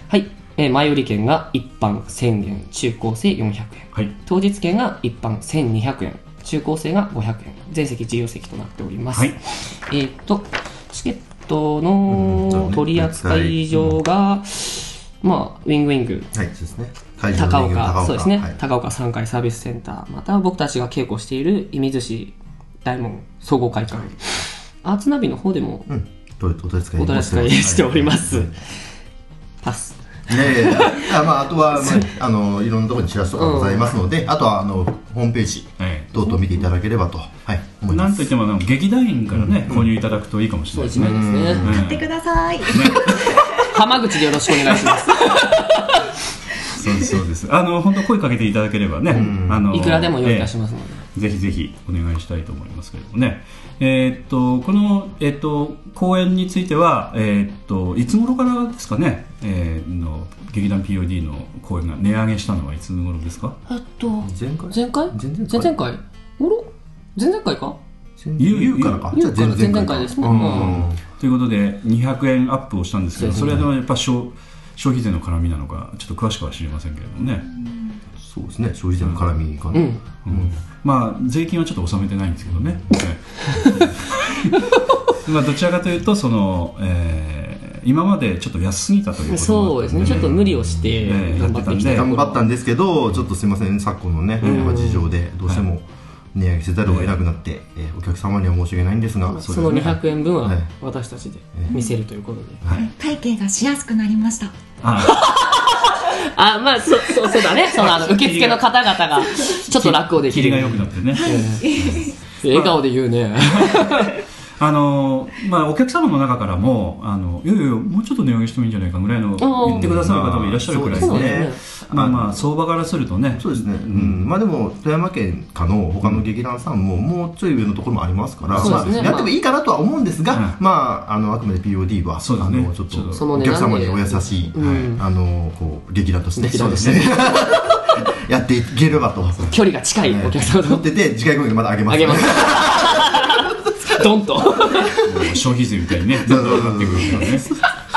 Speaker 4: えー前売り券が一般1000円中高生400円
Speaker 2: はい
Speaker 4: 当日券が一般1200円中高生が500円全席自由席となっております、
Speaker 2: はい
Speaker 4: えっ、とチケット
Speaker 3: うんそう
Speaker 4: の
Speaker 3: ね
Speaker 4: 取り扱い上が、まあウィングウィング
Speaker 3: はいそうですね会場
Speaker 4: 高
Speaker 3: の人
Speaker 4: 岡
Speaker 3: 間
Speaker 4: そうですね、
Speaker 3: はい
Speaker 4: 高岡3階サービスセンターまたは僕たちが稽古している射水市大門総合会館アーツナビの方でも
Speaker 3: うんとお取り扱い
Speaker 4: お取り扱いしております、パス
Speaker 3: いやいやいやあまあ、あとは、まあ、あのいろんなところにチラシとかございますので、あとはあのホームページ
Speaker 2: え
Speaker 3: 等々見ていただければと、はい、思い
Speaker 2: な
Speaker 3: ま
Speaker 2: んと
Speaker 3: す
Speaker 2: いってもあの劇団員からね購入いただくといいかもしれ
Speaker 4: そう
Speaker 2: ない
Speaker 4: で
Speaker 2: ですすね
Speaker 4: ねですね
Speaker 6: 買ってください
Speaker 4: (laughs) 浜口でよろしくお願いします
Speaker 2: そうですそうですあの本当声かけていただければねあの
Speaker 4: いくらでも用意いたしますので、
Speaker 2: ぜひぜひお願いしたいと思いますけれどもね。えーっと、この、えーっと、公演については、えーっと、いつ頃からですかね、えーの、劇団 POD の公演が値上げしたのはいつ頃ですか
Speaker 4: えっと
Speaker 3: 前回
Speaker 4: 前回
Speaker 3: 前々
Speaker 4: 前
Speaker 3: 回
Speaker 4: 々回おろ前々回か
Speaker 2: ゆう
Speaker 3: ゆうからか
Speaker 4: ゆうから
Speaker 3: じゃあ
Speaker 4: 前々回ですね
Speaker 3: うん
Speaker 4: うん
Speaker 2: ということで、200円アップをしたんですけど、そ
Speaker 4: そう
Speaker 2: れ
Speaker 4: で
Speaker 2: はでもやっぱ消消費税の絡みなのか、ちょっと詳しくは知りませんけれどもね。
Speaker 3: そうですね消費税の絡みかな、
Speaker 4: うん
Speaker 2: うんまあ、税金はちょっと納めてないんですけどね。はいまあ、どちらかというと、その、えー今までちょっと安すぎたということもあって
Speaker 4: そうですねちょっと無理をして
Speaker 2: ええ
Speaker 4: 頑張ってきた
Speaker 2: や
Speaker 4: とこ
Speaker 3: 頑
Speaker 4: ろ
Speaker 3: 張ったんですけどちょっとすいません昨今のね、
Speaker 4: ん
Speaker 3: 事情でどうしても値上げせざるを得なくなって、えーお客様には申し訳ないんですが
Speaker 4: その200円分は
Speaker 3: はい
Speaker 4: 私たちで見せるということで、
Speaker 6: 会計がしやすくなりました
Speaker 2: あ
Speaker 4: あまあそうそうそうだねそのあの受付の方々がちょっと楽をでき
Speaker 2: 切り
Speaker 4: る
Speaker 2: が良くなってね。
Speaker 4: 笑顔で言うね
Speaker 2: あのまあ、お客様の中からも、あのいやいや、もうちょっと値上げしてもいいんじゃないかぐらいの
Speaker 4: ー
Speaker 2: 言ってくださる方もいらっしゃるくらいで
Speaker 4: まあそう
Speaker 2: ね
Speaker 4: で、
Speaker 2: まあまあ、相場からするとね、
Speaker 3: そうですね、うんまあでも富山県かの他の劇団さんももうちょい上のところもありますから、
Speaker 4: そうです
Speaker 3: ま
Speaker 4: ね
Speaker 3: あやってもいいかなとは思うんですが、
Speaker 2: はい
Speaker 3: まああのあくまで POD は、
Speaker 2: そうですね
Speaker 3: あのちょっ
Speaker 2: ちょっと
Speaker 3: と
Speaker 4: その
Speaker 3: お
Speaker 4: ね
Speaker 3: 客様にお優しい、
Speaker 4: うん
Speaker 3: はいあのこう劇団として
Speaker 4: 劇団とし
Speaker 3: そうですね (laughs) やっていければと。
Speaker 4: 距離が近いお客様
Speaker 3: 持っ
Speaker 4: と
Speaker 3: てて次回公演でまた上げます。
Speaker 4: あげ
Speaker 3: (laughs)
Speaker 4: ますドンと
Speaker 2: 消費税みたいにね、
Speaker 3: そうそうそう
Speaker 2: なってくるからね。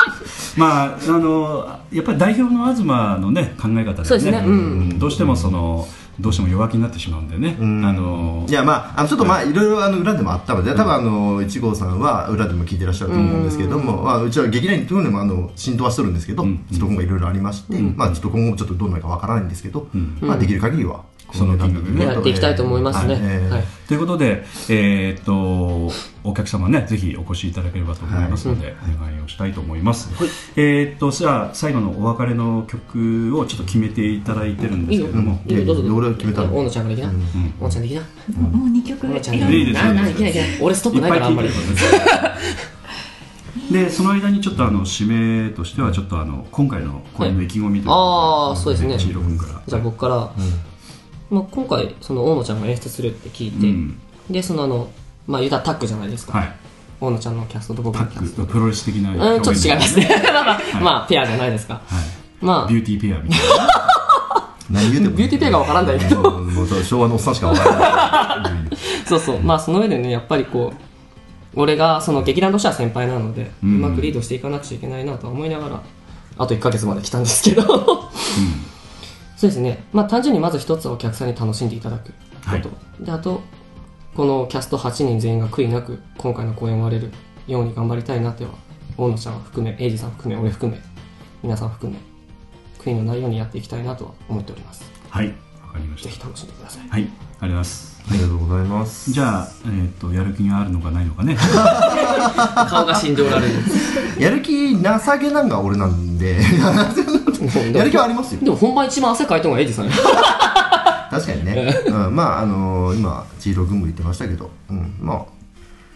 Speaker 2: (laughs) まあ、あのやっぱり代表の東のね考え方でね
Speaker 4: そうですねうん
Speaker 2: どうしてもそのどうしても弱気になってしまうんでね、
Speaker 3: うん
Speaker 2: あの
Speaker 3: いやまああのちょっとまあいろいろあの裏でもあったので多分あの一号さんは裏でも聞いてらっしゃると思うんですけれども、まあ、うちは劇団員というのもあの浸透はしとるんですけど、
Speaker 2: うん
Speaker 3: ちょっと今後いろいろありまして、まあちょっと今後もちょっとどうなるかわからないんですけど、
Speaker 2: うん
Speaker 3: まあできる限りは
Speaker 2: その金額で
Speaker 4: やっていきたいと思いますね。
Speaker 3: はいえー
Speaker 4: はい
Speaker 2: ということで、えーっとお客様ねぜひお越しいただければと思いますので、お願いをしたいと思います、えーっとじゃあ最後のお別れの曲をちょっと決めていただいてるんですけれども、
Speaker 4: いいよどうぞどうぞ
Speaker 3: 俺は決めたの
Speaker 4: 大野ちゃんからいきな。
Speaker 3: うん
Speaker 4: 大野ちゃんできな。
Speaker 6: もう二曲
Speaker 4: 大野ちゃん
Speaker 6: 選ん
Speaker 2: いい
Speaker 6: で
Speaker 2: です
Speaker 4: なな、いきないいきない。俺ストッ
Speaker 2: い
Speaker 4: プ
Speaker 2: っ
Speaker 4: ない
Speaker 2: ぱ
Speaker 4: か
Speaker 2: い
Speaker 4: ら
Speaker 2: 聞
Speaker 4: あん
Speaker 2: いて
Speaker 4: まり
Speaker 2: る。でその間にちょっとあの締めとしてはちょっとあの今回の公演の意気込みというか、
Speaker 4: はいあーそうですね
Speaker 2: 千尋君から
Speaker 4: じゃあ僕から、まあ、今回その大野ちゃんが演出するって聞い
Speaker 2: うん
Speaker 4: て、でそのあのまあ言うたらタッグじゃないですか、
Speaker 2: はい
Speaker 4: 大野ちゃんのキャストと僕
Speaker 2: パ
Speaker 4: のキャスト
Speaker 2: ックプロレス的な
Speaker 4: うんちょっと違いますね (laughs) まあまあ、
Speaker 2: い
Speaker 4: まあペアじゃないですか
Speaker 2: はい
Speaker 4: まあ
Speaker 2: ビューティーペアみたい
Speaker 4: (laughs)
Speaker 2: な
Speaker 3: 何言うても
Speaker 4: ビューティーペアがわからんだけど
Speaker 3: もうもう昭和のおっさんしかわからない
Speaker 4: そうそうまあその上でねやっぱりこう俺がその劇団としては先輩なので、うまくリードしていかなくちゃいけないなとは思いながらあと1ヶ月まで来たんですけど (laughs) そうですねまあ単純にまず一つはお客さんに楽しんでいただくこと、
Speaker 2: はい
Speaker 4: であとこのキャスト8人全員が悔いなく今回の公演を終われるように頑張りたいなっては大野ちゃん含めエイジさん含め俺含め皆さん含め悔いのないようにやっていきたいなとは思っております
Speaker 2: はいわかりまし
Speaker 4: ぜ
Speaker 2: た
Speaker 4: ひ楽しんでください
Speaker 2: はいありがとうございます
Speaker 3: ありがとうございます
Speaker 2: じゃあ、えーっとやる気があるのかないのかね (laughs)
Speaker 4: 顔が信じおられ (laughs) る
Speaker 3: やる気情けなんが俺なんでやる気はありますよ
Speaker 4: でも本番一番汗かいたのがエイジさんよ (laughs)
Speaker 3: 確かにね、うん、まああのー今千尋君も言ってましたけど、うん、ま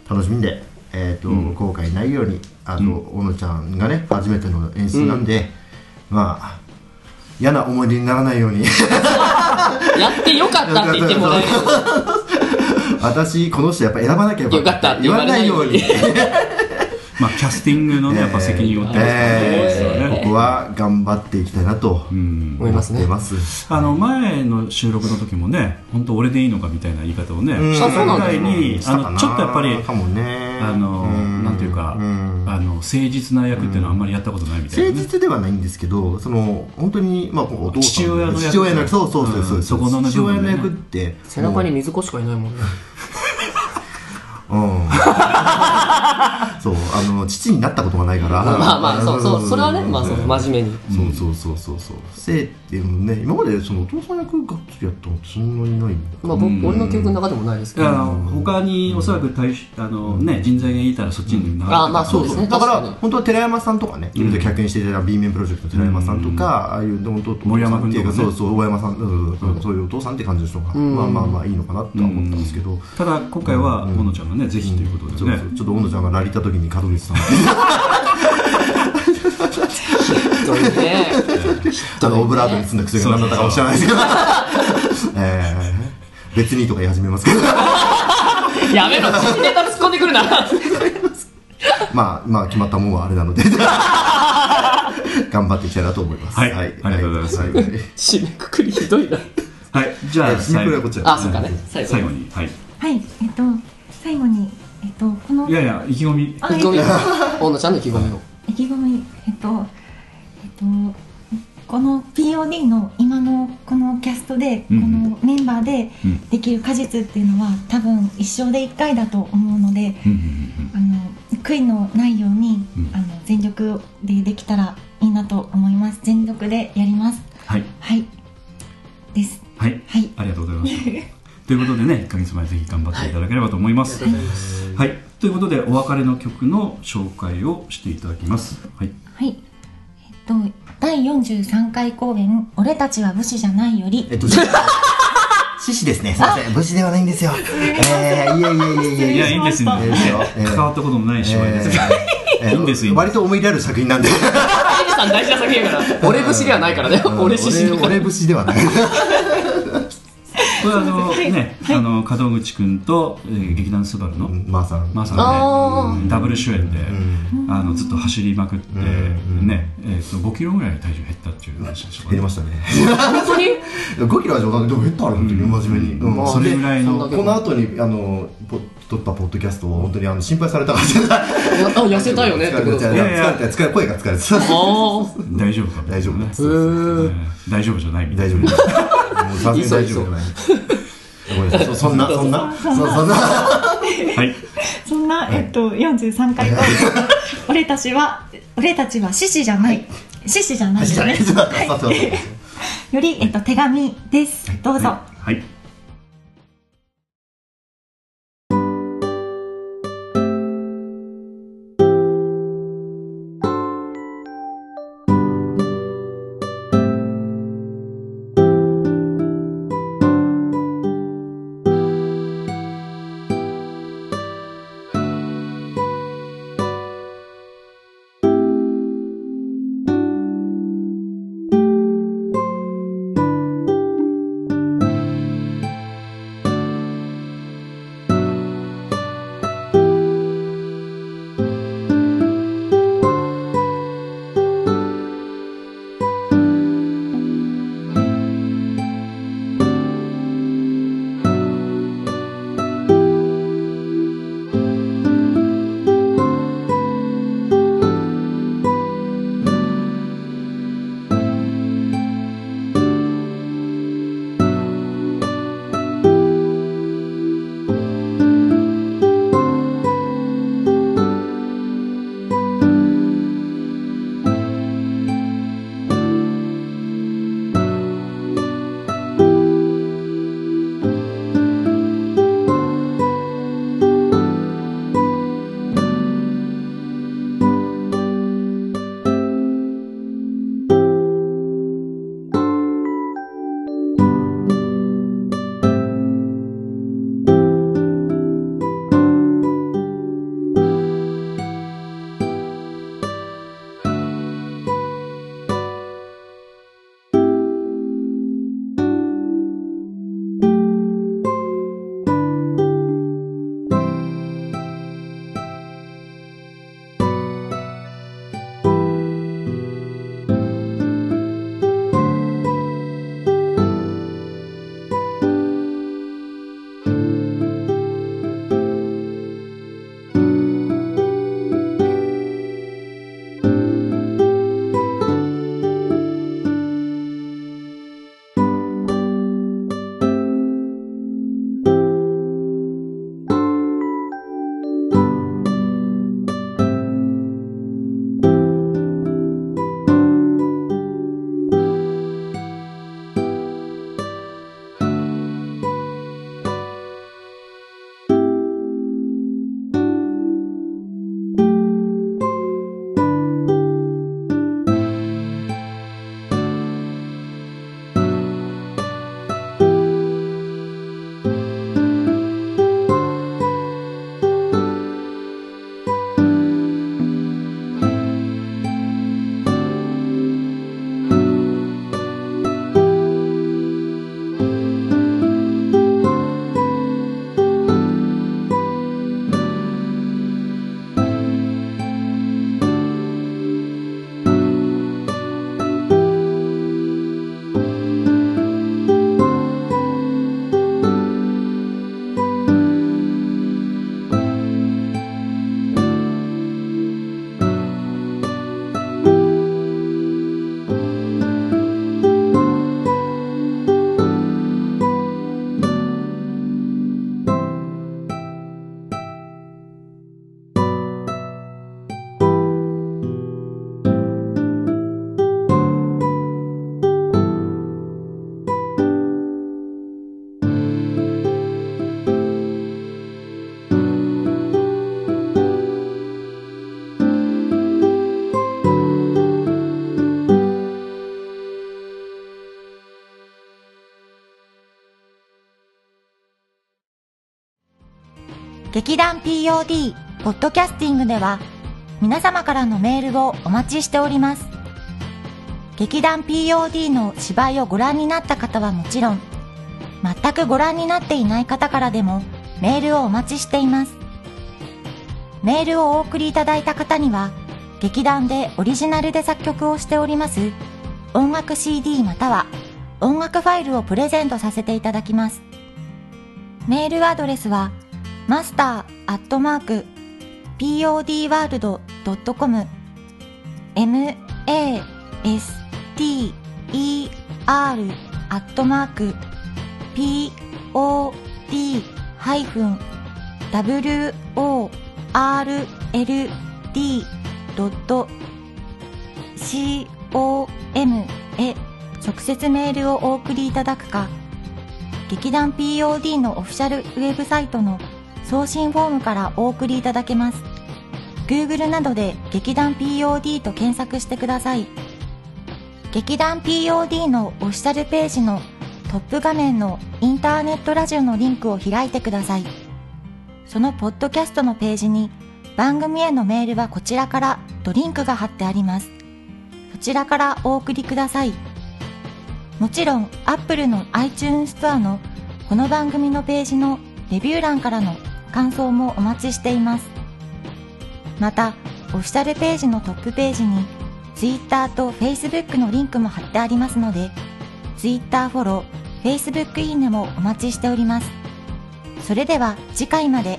Speaker 3: あ楽しみで、えーと後悔ないようにあと、小野ちゃんがね初めての演出なんで、まあ嫌な思い出にならないよう (laughs) に
Speaker 4: やってよかったって言ってもらえる
Speaker 3: 私この人やっぱ選ばなきゃよかったって言
Speaker 4: よか
Speaker 3: わ
Speaker 4: ったっ
Speaker 3: ない
Speaker 4: て言
Speaker 3: よ
Speaker 4: わ
Speaker 3: うに
Speaker 4: れないように
Speaker 2: まあキャスティングの
Speaker 3: (laughs)
Speaker 2: ねやっぱ責任を負ってますからね、
Speaker 3: え
Speaker 2: それは
Speaker 3: ー
Speaker 2: ね
Speaker 3: ここは頑張っていきたいなと
Speaker 2: うん
Speaker 4: 思いますね
Speaker 3: 出ます
Speaker 2: あの前の収録の時もね、本当俺でいいのかみたいな言い方をね、
Speaker 3: うん
Speaker 2: した
Speaker 4: そうなんだ
Speaker 2: 回に
Speaker 3: し
Speaker 2: あ
Speaker 3: たか
Speaker 2: の
Speaker 3: な
Speaker 2: ちょっとやっぱり
Speaker 3: かもね
Speaker 2: あの
Speaker 3: ん
Speaker 2: なんていうか、
Speaker 3: ん
Speaker 2: あの誠実な役っていうのはあんまりやったことないみたい
Speaker 3: 誠
Speaker 2: なね。
Speaker 3: 実ではないんですけど、その本当に、まあ、お父さん
Speaker 2: 父親の役
Speaker 3: 父親の役、そうそうそうそう、
Speaker 2: うんそこの部分ね
Speaker 3: 父親の役って、
Speaker 4: 背中に水子しかいないもんね
Speaker 3: もう、うん、そう、あの父になったことがないから、
Speaker 4: (laughs) まあまあそうそうそれはねまあそう真面目に
Speaker 3: 目、そうそうそうそうそう、性っていうのね、今までそのお父さん役がっつりやったのそんなにないんだ。
Speaker 4: まあ僕俺の記憶の中でもないです
Speaker 2: い
Speaker 4: け
Speaker 2: や
Speaker 4: ど
Speaker 2: あの他におそらく対しあのね人材がいたらそっちに流れてた
Speaker 4: あまあそうですね
Speaker 3: だから
Speaker 4: 確かに
Speaker 3: 本当は寺山さんとかね、今まで客演していただいた B 面プロジェクトの寺山さんとか、ああいう本当
Speaker 2: 森山君とかね
Speaker 3: そうそう大山さん、うんうんそういうお父さんって感じの人が、まあまあまあいいのかなとは思ったんですけど、
Speaker 2: ただ今回は小野ちゃんがねぜひということで
Speaker 3: そう
Speaker 2: ね
Speaker 3: そうちょっと大野ちゃんがラリった時に門口 (laughs) さん
Speaker 4: (laughs) ひどいね
Speaker 3: あのオブラートに包んだ癖が何だったかもしれないですけど (laughs) えー別にとか言い始めますけど
Speaker 4: やめろ新ネタ突っ込んでくるな
Speaker 3: まあまあ決まったもんはあれなので (laughs) 頑張っていきたいなと思います
Speaker 2: はいありがとうございます
Speaker 3: は
Speaker 4: 締めくくりひどいな
Speaker 2: はいじゃあ
Speaker 3: えシンプルはこちら
Speaker 4: あそっかね最後
Speaker 2: 最後にはいい
Speaker 6: はいえっと最後にえっとこの
Speaker 2: やいや意気込み
Speaker 6: あ
Speaker 4: 意気込み大野ちゃんの意気込みを
Speaker 6: 意気込みえっとえっとこの POD の今のこのキャストで、
Speaker 2: うん
Speaker 6: このメンバーで
Speaker 2: うん
Speaker 6: できる果実っていうのは多分一生で一回だと思うので
Speaker 2: うんうん
Speaker 6: あの悔いのないように、
Speaker 2: うん
Speaker 6: あの全力でできたらいいなと思います全力でやります
Speaker 2: はい
Speaker 6: はいです
Speaker 2: はい
Speaker 6: はい
Speaker 2: ありがとうございました。
Speaker 4: (laughs)
Speaker 2: ということでね、1ヶ月前ぜひ頑張っていただければと思います。はい、ということでお別れの曲の紹介をしていただきます。はい、
Speaker 6: はいえっと第43回公演「俺たちは武士じゃない」より
Speaker 3: えっと (laughs) 獅子ですねすいません武士ではないんですよえーいやいやいやいや
Speaker 2: いやいいんですよ、
Speaker 3: いいですよえー
Speaker 2: 関わったこともない芝居です。
Speaker 3: えー
Speaker 2: いいんですいいんです
Speaker 3: 割と思い出ある作品なんで
Speaker 4: エイジさん大事な作品やから俺節ではないからね
Speaker 3: うん
Speaker 4: 俺獅子だ
Speaker 3: 俺
Speaker 4: か
Speaker 3: 俺節ではない
Speaker 2: これあのね、あの門口くんと、えー劇団スバルの、
Speaker 3: (laughs) まあさん
Speaker 2: まあ、さ
Speaker 4: あ
Speaker 2: んね、ダブル主演で、あのずっと走りまくって、
Speaker 3: うん
Speaker 2: ね、えー、と5キロぐらい体重減ったっていう話でしょうか
Speaker 3: 減り
Speaker 2: ね
Speaker 3: ましたね
Speaker 4: ら
Speaker 3: (laughs)
Speaker 4: 本当に
Speaker 3: 5キロは冗談ででも減ったあれ本当に真面目に、うん
Speaker 2: それぐらい
Speaker 4: そん
Speaker 2: の
Speaker 4: な
Speaker 3: この後にあのポ撮ったポッドキャストを本当にあの心配されたからじゃない
Speaker 4: あ痩せたよねってことです
Speaker 3: 疲
Speaker 2: い
Speaker 3: れて
Speaker 4: か
Speaker 2: やいや
Speaker 3: 疲れて疲れて声が疲れてた
Speaker 4: あ
Speaker 2: 大丈夫か
Speaker 3: 大丈夫
Speaker 2: ね
Speaker 3: です
Speaker 2: (laughs)
Speaker 4: ー
Speaker 2: えー大丈夫じゃないみたい
Speaker 3: 大
Speaker 2: な
Speaker 3: 丈夫ですもうさすがに大丈夫じゃないごめんなさいそそんなそんなそ
Speaker 5: そん
Speaker 3: そ
Speaker 5: なん
Speaker 3: な
Speaker 2: はい
Speaker 5: そんな、えっと、43回と、 (laughs) 俺たちは、俺たちは獅子じゃない。獅子じゃない
Speaker 3: (laughs) じ
Speaker 5: で
Speaker 3: ゃ
Speaker 5: す
Speaker 3: ない
Speaker 5: ね。
Speaker 3: じゃない
Speaker 5: はいより、えっと、手紙です。どうぞ。
Speaker 2: はい
Speaker 1: 劇団 POD ポッドキャスティングでは皆様からのメールをお待ちしております劇団 POD の芝居をご覧になった方はもちろん全くご覧になっていない方からでもメールをお待ちしていますメールをお送りいただいた方には劇団でオリジナルで作曲をしております音楽 CD または音楽ファイルをプレゼントさせていただきますメールアドレスはマスターアットマーク podworld.com m a s t e r アットマーク pod-world.com へ直接メールをお送りいただくか、劇団 POD のオフィシャルウェブサイトの送信フォームからお送りいただけます。Google などで劇団 POD と検索してください。劇団 POD のオフィシャルページのトップ画面のインターネットラジオのリンクを開いてください。そのポッドキャストのページに番組へのメールはこちらからとリンクが貼ってあります。そちらからお送りください。もちろん Apple の iTunes ストアのこの番組のページのレビュー欄からの感想もお待ちしています。また、オフィシャルページのトップページに Twitter と Facebook のリンクも貼ってありますので、Twitter フォロー、Facebook いいねもお待ちしております。それでは次回まで。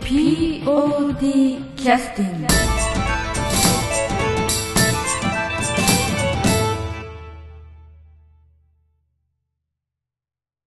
Speaker 9: POD キャスティング